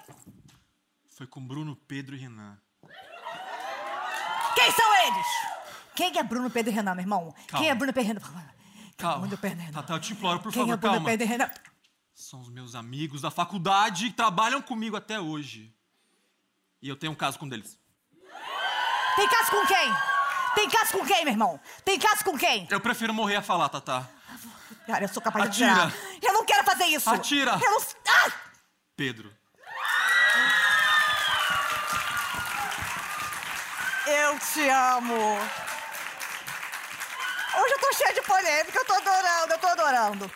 Foi com Bruno, Pedro e Renan. Quem são eles? Quem é Bruno Pedro e Renan, meu irmão? Calma. Quem é Bruno Pedro e Renan? Calma. Bruno Pedro e Renan. Tatá, eu te imploro, por né, Quem favor, é Bruno calma. Pedro e Renan? São os meus amigos da faculdade que trabalham comigo até hoje. E eu tenho um caso com um deles. Tem caso com quem? Tem caso com quem, meu irmão? Tem caso com quem? Eu prefiro morrer a falar, Tatá. Cara, eu sou capaz de Atira. atirar. Eu não quero fazer isso. Atira. Eu não... Ah! Pedro. Eu te amo. Hoje eu tô cheia de polêmica, eu tô adorando, eu tô adorando.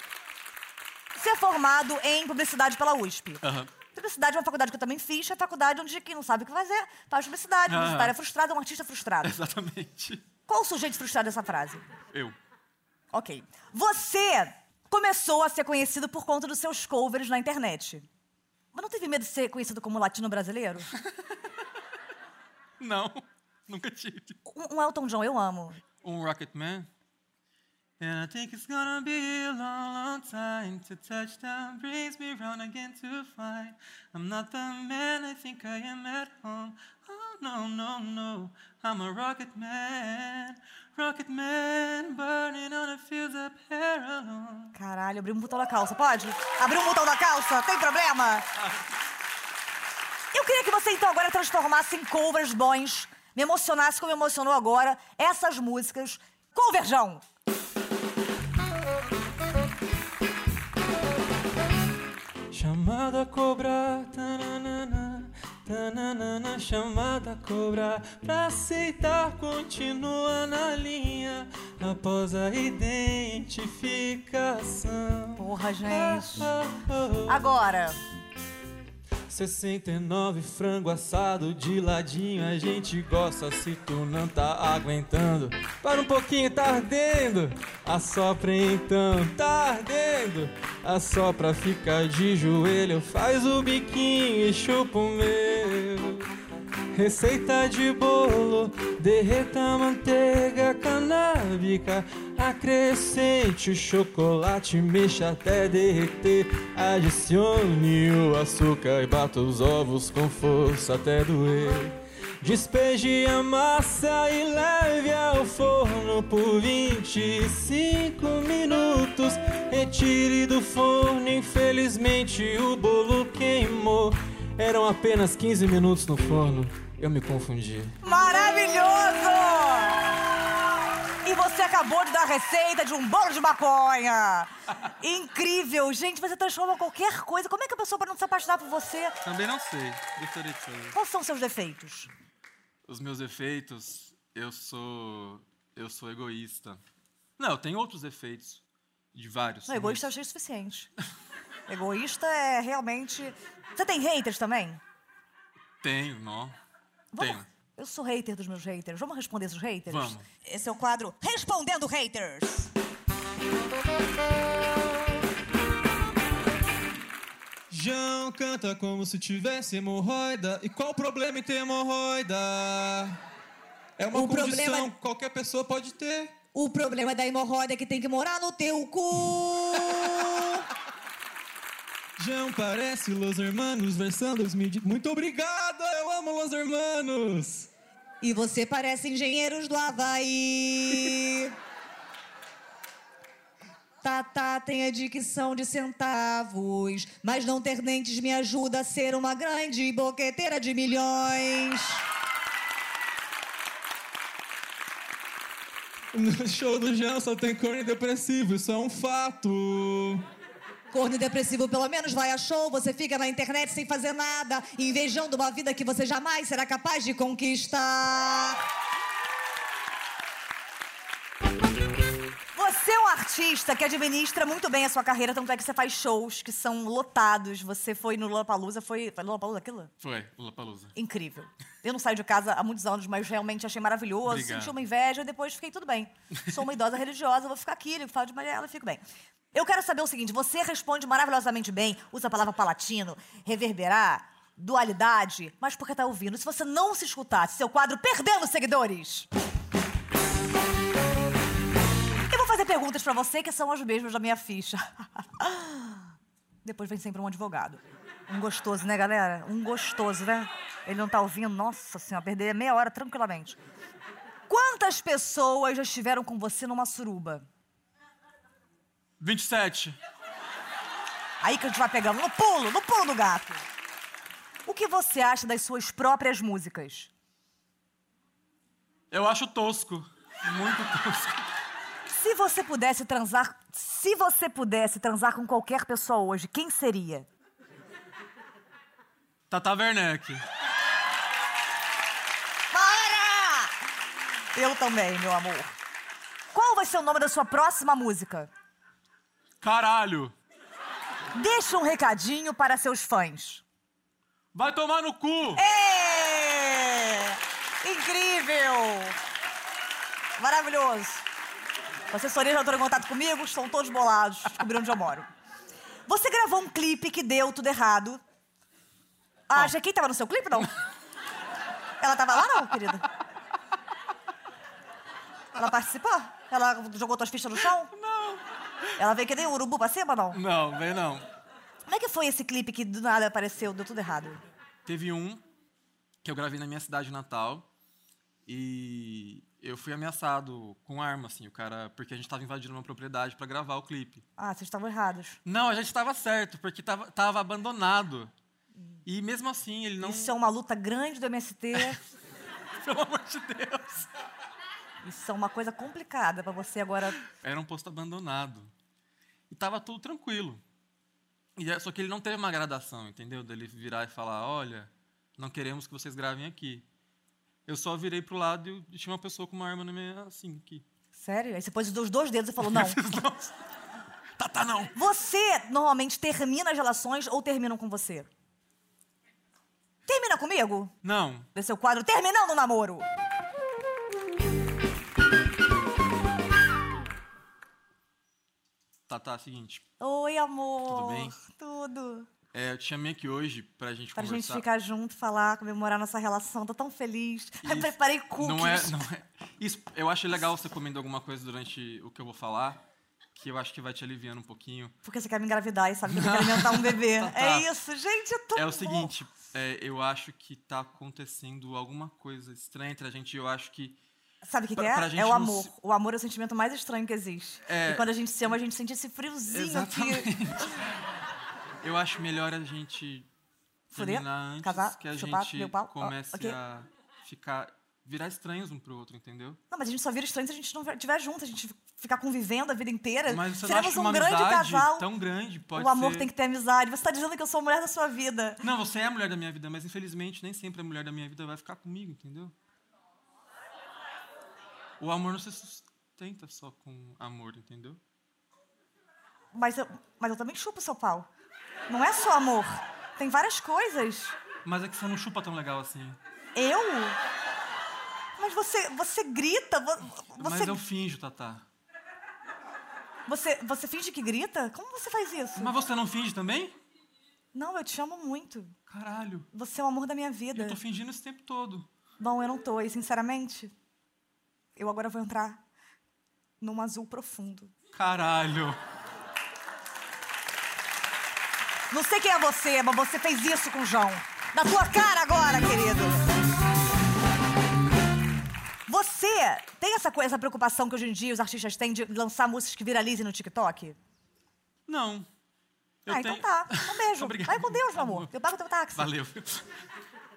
Você é formado em publicidade pela USP. Aham. Publicidade é uma faculdade que eu também fiz, é a faculdade onde quem não sabe o que fazer faz publicidade. Aham. Publicitário é frustrado, é um artista frustrado. Exatamente. Qual o sujeito frustrado dessa frase? Eu. Ok. Você começou a ser conhecido por conta dos seus covers na internet. Mas não teve medo de ser conhecido como latino brasileiro? Não. Nunca tive. Um, um Elton John, eu amo. Um Rocketman. And I think it's gonna be a long, long time to touchdown brings me round again to find I'm not the man I think I am at home. Oh no no no, I'm a rocket man, rocket man burning on the fields of parallel. Caralho, abri um botão da calça, pode? Abri um botão da calça, tem problema? Eu queria que você então agora transformasse em covers bons, me emocionasse como me emocionou agora, essas músicas. Converjão! Chamada cobra, tananana, tananana, chamada cobra, pra aceitar continua na linha após a identificação. Porra, gente. Ah, ah, ah. Agora. 69 frango assado de ladinho, a gente gosta se tu não tá aguentando. Para um pouquinho, tá ardendo, assopra então, tá ardendo. Assopra, fica de joelho, faz o biquinho e chupa o meu. Receita de bolo, derreta a manteiga canábica, acrescente o chocolate, mexa até derreter, adicione o açúcar e bata os ovos com força até doer. Despeje a massa e leve ao forno por 25 minutos. Retire do forno, infelizmente o bolo queimou. Eram apenas 15 minutos no forno. Eu me confundi. Maravilhoso! E você acabou de dar a receita de um bolo de maconha! Incrível! Gente, você transforma qualquer coisa. Como é que a pessoa pode não se apaixonar por você? Também não sei, gostaria de saber. Quais são os seus defeitos? Os meus defeitos, eu sou. Eu sou egoísta. Não, eu tenho outros defeitos. De vários. Não, egoísta eu achei o suficiente. Egoísta é realmente. Você tem haters também? Tenho, não. Vamos- Tenho. Eu sou hater dos meus haters. Vamos responder esses haters? Vamos. Esse é o quadro Respondendo Haters. João canta como se tivesse hemorroida. E qual o problema em ter hemorroida? É uma O condição problema- que qualquer pessoa pode ter. O problema da hemorroida é que tem que morar no teu cu. Jão parece Los Hermanos, versão 2000. Muito obrigado, eu amo Los Hermanos. E você parece engenheiros do Havaí. Tatá tem a dicção de centavos, mas não ter dentes me ajuda a ser uma grande boqueteira de milhões. No show do Jão só tem corno e depressivo, isso é um fato. Corno depressivo pelo menos vai a show, você fica na internet sem fazer nada, invejando uma vida que você jamais será capaz de conquistar. Você é um artista que administra muito bem a sua carreira, tanto é que você faz shows que são lotados. Você foi no Lollapalooza, foi... Foi Lollapalooza aquilo? Foi, Lula Palusa. Incrível. Eu não saio de casa há muitos anos, mas realmente achei maravilhoso. Obrigado. Senti uma inveja e depois fiquei tudo bem. Sou uma idosa religiosa, vou ficar aqui, ligo, falo de Mariela e fico bem. Eu quero saber o seguinte: você responde maravilhosamente bem, usa a palavra palatino, reverberar, dualidade, mas porque tá ouvindo. Se você não se escutasse, seu quadro perdendo seguidores. Eu vou fazer perguntas pra você que são as mesmas da minha ficha. Depois vem sempre um advogado. Um gostoso, né, galera? Um gostoso, né? Ele não tá ouvindo, nossa senhora, perder meia hora tranquilamente. Quantas pessoas já estiveram com você numa suruba? 27. Aí que a gente vai pegando no pulo, no pulo do gato. O que você acha das suas próprias músicas? Eu acho tosco. Muito tosco. Se você pudesse transar, se você pudesse transar com qualquer pessoa hoje, quem seria? Tata Werneck. Para! Eu também, meu amor. Qual vai ser o nome da sua próxima música? Caralho. Deixa um recadinho para seus fãs. Vai tomar no cu. É! Incrível! Maravilhoso. A assessoria já entrou em contato comigo, estão todos bolados, descobriram onde eu moro. Você gravou um clipe que deu tudo errado. Ah, já quem tava no seu clipe, não? Ela tava lá, não, querida? Ela participou? Ela jogou tuas fichas no chão? Não. Ela veio que nem um urubu pra cima, não? Não, vem não. Como é que foi esse clipe que do nada apareceu, deu tudo errado? Teve um que eu gravei na minha cidade natal e eu fui ameaçado com arma, assim, o cara, porque a gente tava invadindo uma propriedade pra gravar o clipe. Ah, vocês estavam errados. Não, a gente tava certo, porque tava, tava abandonado. E mesmo assim, ele não. Isso é uma luta grande do MST. Pelo amor de Deus! Isso é uma coisa complicada pra você agora. Era um posto abandonado. E tava tudo tranquilo. E é- só que ele não teve uma gradação, entendeu? Dele virar e falar: olha, não queremos que vocês gravem aqui. Eu só virei pro lado e eu- tinha uma pessoa com uma arma na minha. assim, aqui. Sério? Aí você pôs os dois dedos e falou: não. Tá, tá, não! Você normalmente termina as relações ou terminam com você? Termina comigo? Não, Desse seu quadro Terminando o Namoro. tá, tá, é o seguinte. Oi, amor. Tudo bem? Tudo. É, eu te chamei aqui hoje pra gente Pra conversar. gente ficar junto, falar, comemorar nossa relação. Tô tão feliz. Ai, Isso. preparei cookies. Não é, não é. Isso, eu acho legal você comendo alguma coisa durante o que eu vou falar, que eu acho que vai te aliviando um pouquinho. Porque você quer me engravidar e sabe que eu quero alimentar um bebê. Tá, tá. É isso, gente. É, tão é o bom. seguinte, é, eu acho que tá acontecendo alguma coisa estranha entre a gente. Eu acho que Sabe o que, que Pra- pra é? gente É o não amor. se- O amor é o sentimento mais estranho que existe. É. E quando a gente se ama, a gente sente esse friozinho Exatamente. que. eu acho melhor a gente Fuder, terminar antes casar, que a chupar, meu gente pau, ó, comece ok. a ficar virar estranhos um pro outro, entendeu? Não, mas a gente só vira estranho se a gente não estiver junto, a gente ficar convivendo a vida inteira. Mas você não Seremos acha que uma um grande amizade casal. tão grande pode o amor ser... tem que ter amizade. Você tá dizendo que eu sou a mulher da sua vida. Não, você é a mulher da minha vida, mas infelizmente nem sempre a mulher da minha vida vai ficar comigo, entendeu? O amor não se sustenta só com amor, entendeu? Mas eu, mas eu também chupo o seu pau. Não é só amor. Tem várias coisas. Mas é que você não chupa tão legal assim. Eu? Mas você, você grita. vo- Você, Mas eu finjo, Tatá. você, você finge que grita? Como você faz isso? Mas você não finge também? Não, eu te amo muito. Caralho. Você é o amor da minha vida. Eu tô fingindo esse tempo todo. Bom, eu não tô, e sinceramente, Eu agora vou entrar num azul profundo. Caralho. Não sei quem é você, mas você fez isso com o João. Na tua cara agora, querido. Você tem essa coisa, essa preocupação que hoje em dia os artistas têm de lançar músicas que viralizem no TikTok? Não. Eu ah, então tenho- tá. Um beijo. Obrigado. Vai com Deus, meu Tá amor. bom. Eu pago teu táxi. Valeu.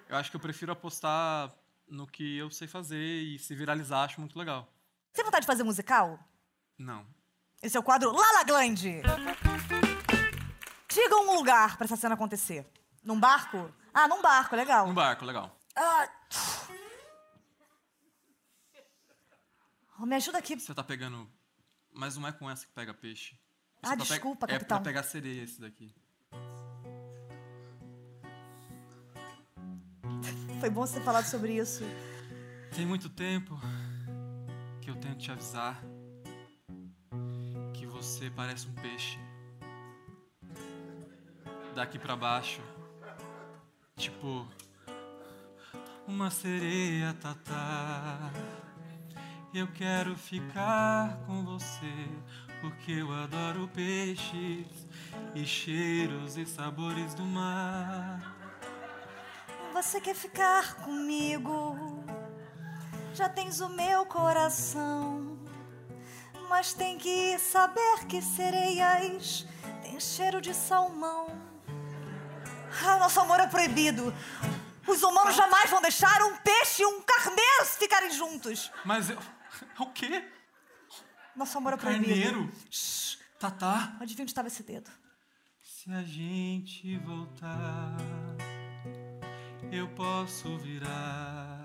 Eu acho que eu prefiro apostar no que eu sei fazer e se viralizar, acho muito legal. Você tem vontade de fazer um musical? Não. Esse é o quadro Lala Glande. Diga um lugar pra essa cena acontecer. Num barco? Ah, num barco, legal. Um barco, legal. Ah, tch. Oh, me ajuda aqui. Você tá pegando. Mas não é com essa que pega peixe. Ah, Você tá pe- desculpa, É pra capitão. pegar sereia esse daqui. Foi bom você ter falado sobre isso. Tem muito tempo que eu tento te avisar que você parece um peixe. Daqui pra baixo. Tipo uma sereia tatá. Eu quero ficar com você porque eu adoro peixes e cheiros e sabores do mar. Você quer ficar comigo? Já tens o meu coração. Mas tem que saber que sereias têm cheiro de salmão. Ah, nosso amor é proibido. Os humanos jamais vão deixar um peixe e um carneiro ficarem juntos. Mas eu. O quê? Nosso amor é proibido. Carneiro? Tatá? Adivinha onde estava esse dedo? Se a gente voltar, eu posso virar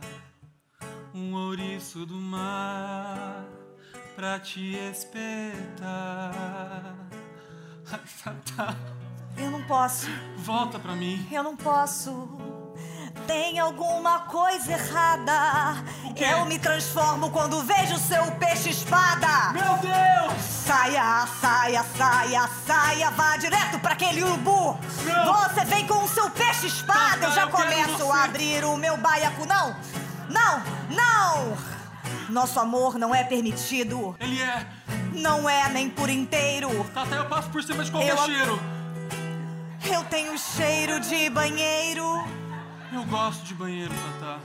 um ouriço do mar pra te espetar. Tatá, Eu não posso. tá, volta pra mim. Eu não posso. Tem alguma coisa errada. Eu me transformo quando vejo seu peixe-espada. Meu Deus! Saia, saia, saia, saia. Vá direto pra aquele urubu. Não. Você vem com o seu peixe-espada. Eu Papai, já eu quero começo você. a abrir o meu baiacu. Não, não, não. Nosso amor não é permitido. Ele é. Não é nem por inteiro. Tatá, eu passo por cima de qualquer Eu a- cheiro. Eu tenho cheiro de banheiro. Eu gosto de banheiro, Tatá.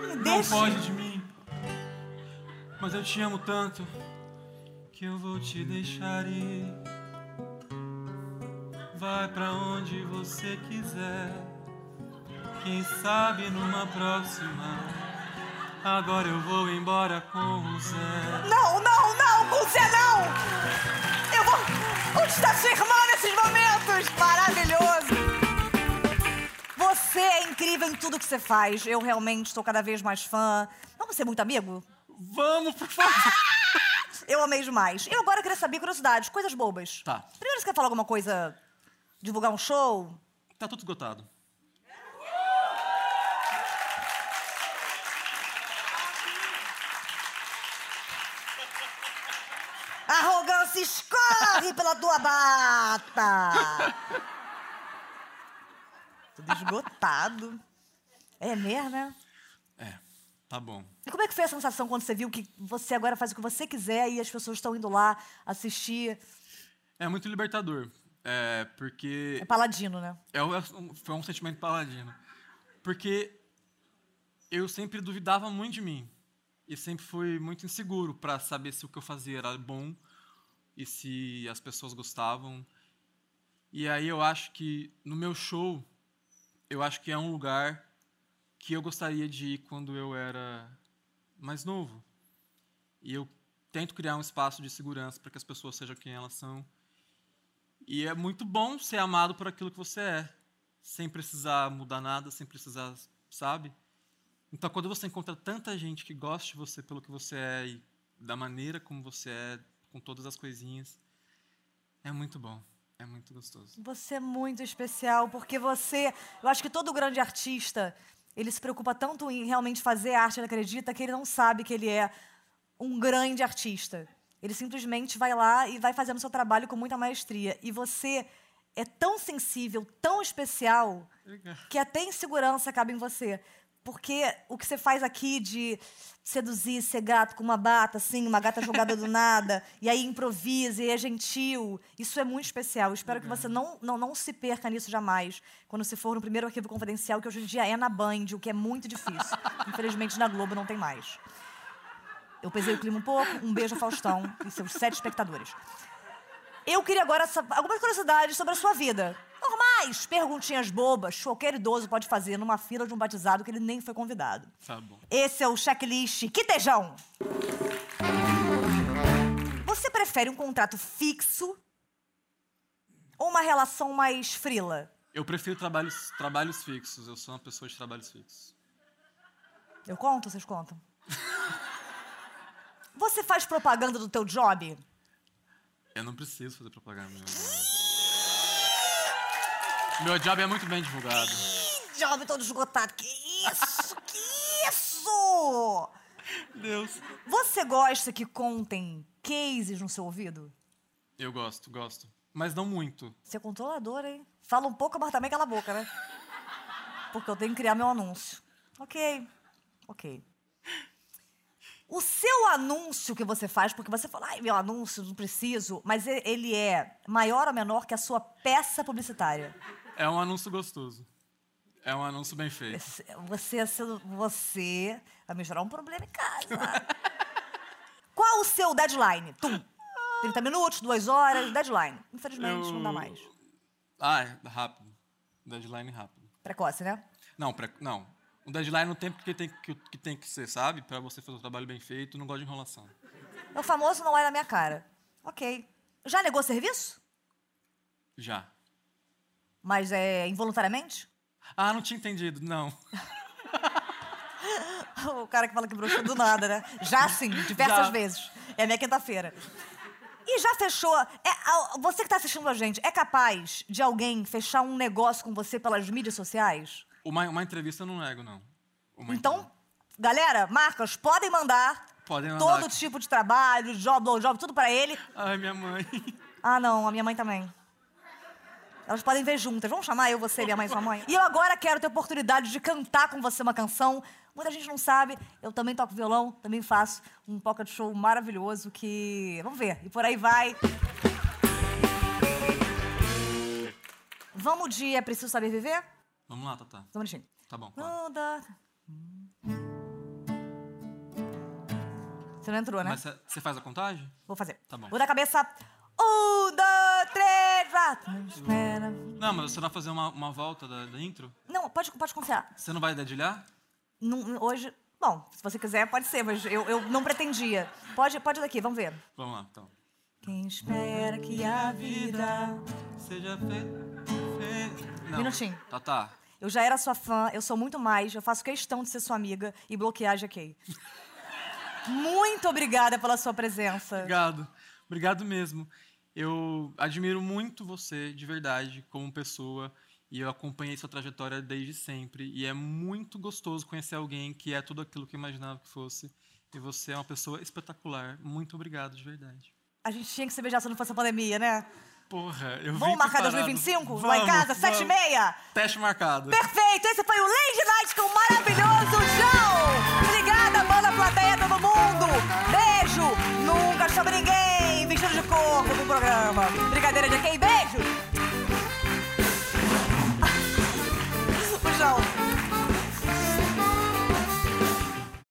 Me Não deixa. foge de mim. Mas eu te amo tanto que eu vou te deixar ir. Vai pra onde você quiser. Quem sabe numa próxima. Agora eu vou embora com o Zé. Não, não, não, Cúzia, não! Eu vou. Onde está sua irmã nesses momentos? Maravilhoso! Você é incrível em tudo que você faz. Eu realmente estou cada vez mais fã. Vamos ser muito amigo? Vamos, por favor. Eu amei demais. Eu agora queria saber curiosidades, coisas bobas. Tá. Primeiro, você quer falar alguma coisa? Divulgar um show? Tá tudo esgotado. Arrogância escorre pela tua bata. Tudo esgotado. É mesmo, né? É, tá bom. E como é que foi a sensação quando você viu que você agora faz o que você quiser e as pessoas estão indo lá assistir? É muito libertador. É, porque É paladino, né? É, o- é um- foi um sentimento paladino. Porque eu sempre duvidava muito de mim. E sempre fui muito inseguro para saber se o que eu fazia era bom e se as pessoas gostavam. E aí eu acho que no meu show, eu acho que é um lugar que eu gostaria de ir quando eu era mais novo. E eu tento criar um espaço de segurança para que as pessoas sejam quem elas são. E é muito bom ser amado por aquilo que você é, sem precisar mudar nada, sem precisar, sabe? Então, quando você encontra tanta gente que gosta de você pelo que você é e da maneira como você é, com todas as coisinhas, é muito bom, é muito gostoso. Você é muito especial, porque você. Eu acho que todo grande artista, ele se preocupa tanto em realmente fazer arte, ele acredita que ele não sabe que ele é um grande artista. Ele simplesmente vai lá e vai fazendo seu trabalho com muita maestria. E você é tão sensível, tão especial, Obrigado. que até insegurança cabe em você. Porque o que você faz aqui de seduzir, ser gato com uma bata, assim, uma gata jogada do nada, e aí improvisa e é gentil, isso é muito especial. Eu Espero que você não, não, não se perca nisso jamais, quando se for no primeiro arquivo confidencial, que hoje em dia é na Band, o que é muito difícil. Infelizmente, na Globo não tem mais. Eu pesei o clima um pouco, um beijo ao Faustão e seus sete espectadores. Eu queria agora sa- algumas curiosidades sobre a sua vida. Normais, perguntinhas bobas, qualquer idoso pode fazer numa fila de um batizado que ele nem foi convidado. Tá bom. Esse é o checklist Quitejão. Você prefere um contrato fixo ou uma relação mais frila? Eu prefiro trabalhos, trabalhos fixos. Eu sou uma pessoa de trabalhos fixos. Eu conto, ou vocês contam? Você faz propaganda do teu job? Eu não preciso fazer propaganda. Meu, meu job é muito bem divulgado. Ih, job todo esgotado. Que isso? Que isso? Deus. Você gosta que contem cases no seu ouvido? Eu gosto, gosto. Mas não muito. Você é controladora, hein? Fala um pouco, mas também cala a boca, né? Porque eu tenho que criar meu anúncio. Ok, ok. O seu anúncio que você faz, porque você fala, ai, meu anúncio, não preciso, mas e- ele é maior ou menor que a sua peça publicitária? É um anúncio gostoso. É um anúncio bem feito. Esse- Você, você, você vai me gerar um problema em casa. Qual o seu deadline? Tum. 30 minutos, 2 horas, deadline. Infelizmente, não dá Eu- mais. Ah, é rápido. Deadline rápido. Precoce, né? Não, pre- não. O deadline no tempo que tem que, que tem que ser, sabe? Pra você fazer o trabalho bem feito, não gosto de enrolação. É o famoso não olha na minha cara. Ok. Já negou serviço? Já. Mas é involuntariamente? Ah, não tinha entendido. Não. O cara que fala que broxou do nada, né? Já sim, diversas Já. vezes. É minha quinta-feira. E já fechou. é, a- você que tá assistindo a gente, é capaz de alguém fechar um negócio com você pelas mídias sociais? Uma, uma entrevista eu não nego, não. Uma Então, galera, marcas, podem mandar. Podem mandar. Todo tipo de trabalho, job, blow job, tudo pra ele. entrevista. Ai, minha mãe. Ah, não, a minha mãe também. Elas podem ver juntas. Vamos chamar eu, você, minha mãe e sua mãe? E eu agora quero ter a oportunidade de cantar com você uma canção. Muita gente não sabe, eu também toco violão, também faço um pocket show maravilhoso que... Vamos ver, e por aí vai. Vamos de É Preciso Saber Viver? Vamos lá, Tatá. Só um minutinho. Tá bom. claro. Não dá. Você não entrou, né? Mas você faz a contagem? Vou fazer. Tá bom. Vou da cabeça. Um, dois, três, quatro. Não, mas você vai fazer uma, uma volta da, da intro? Não, pode, pode confiar. Você não vai dedilhar? Não, hoje. Bom, se você quiser, pode ser, mas eu, eu não pretendia. Pode, pode daqui, vamos ver. Vamos lá, então. Quem espera que a vida. Seja feito. Fe... Não. Minutinho. Tatá. Eu já era sua fã, eu sou muito mais, eu faço questão de ser sua amiga e bloquear a GK. Muito obrigada pela sua presença. Obrigado. Obrigado mesmo. Eu admiro muito você, de verdade, como pessoa. E eu acompanhei sua trajetória desde sempre. E é muito gostoso conhecer alguém que é tudo aquilo que eu imaginava que fosse. E você é uma pessoa espetacular. Muito obrigado, de verdade. A gente tinha que se beijar se não fosse a pandemia, né? Porra, eu Vamos vim marcar preparado. 2025? Lá em casa, Vamos, 7 e vamos. meia? Teste marcado. Perfeito! Esse foi o Lady Night com o maravilhoso João! Obrigada, banda plateia, todo mundo! Beijo! Nunca sobre ninguém! Vestido de corpo pro programa! Brincadeira de quem? Beijo!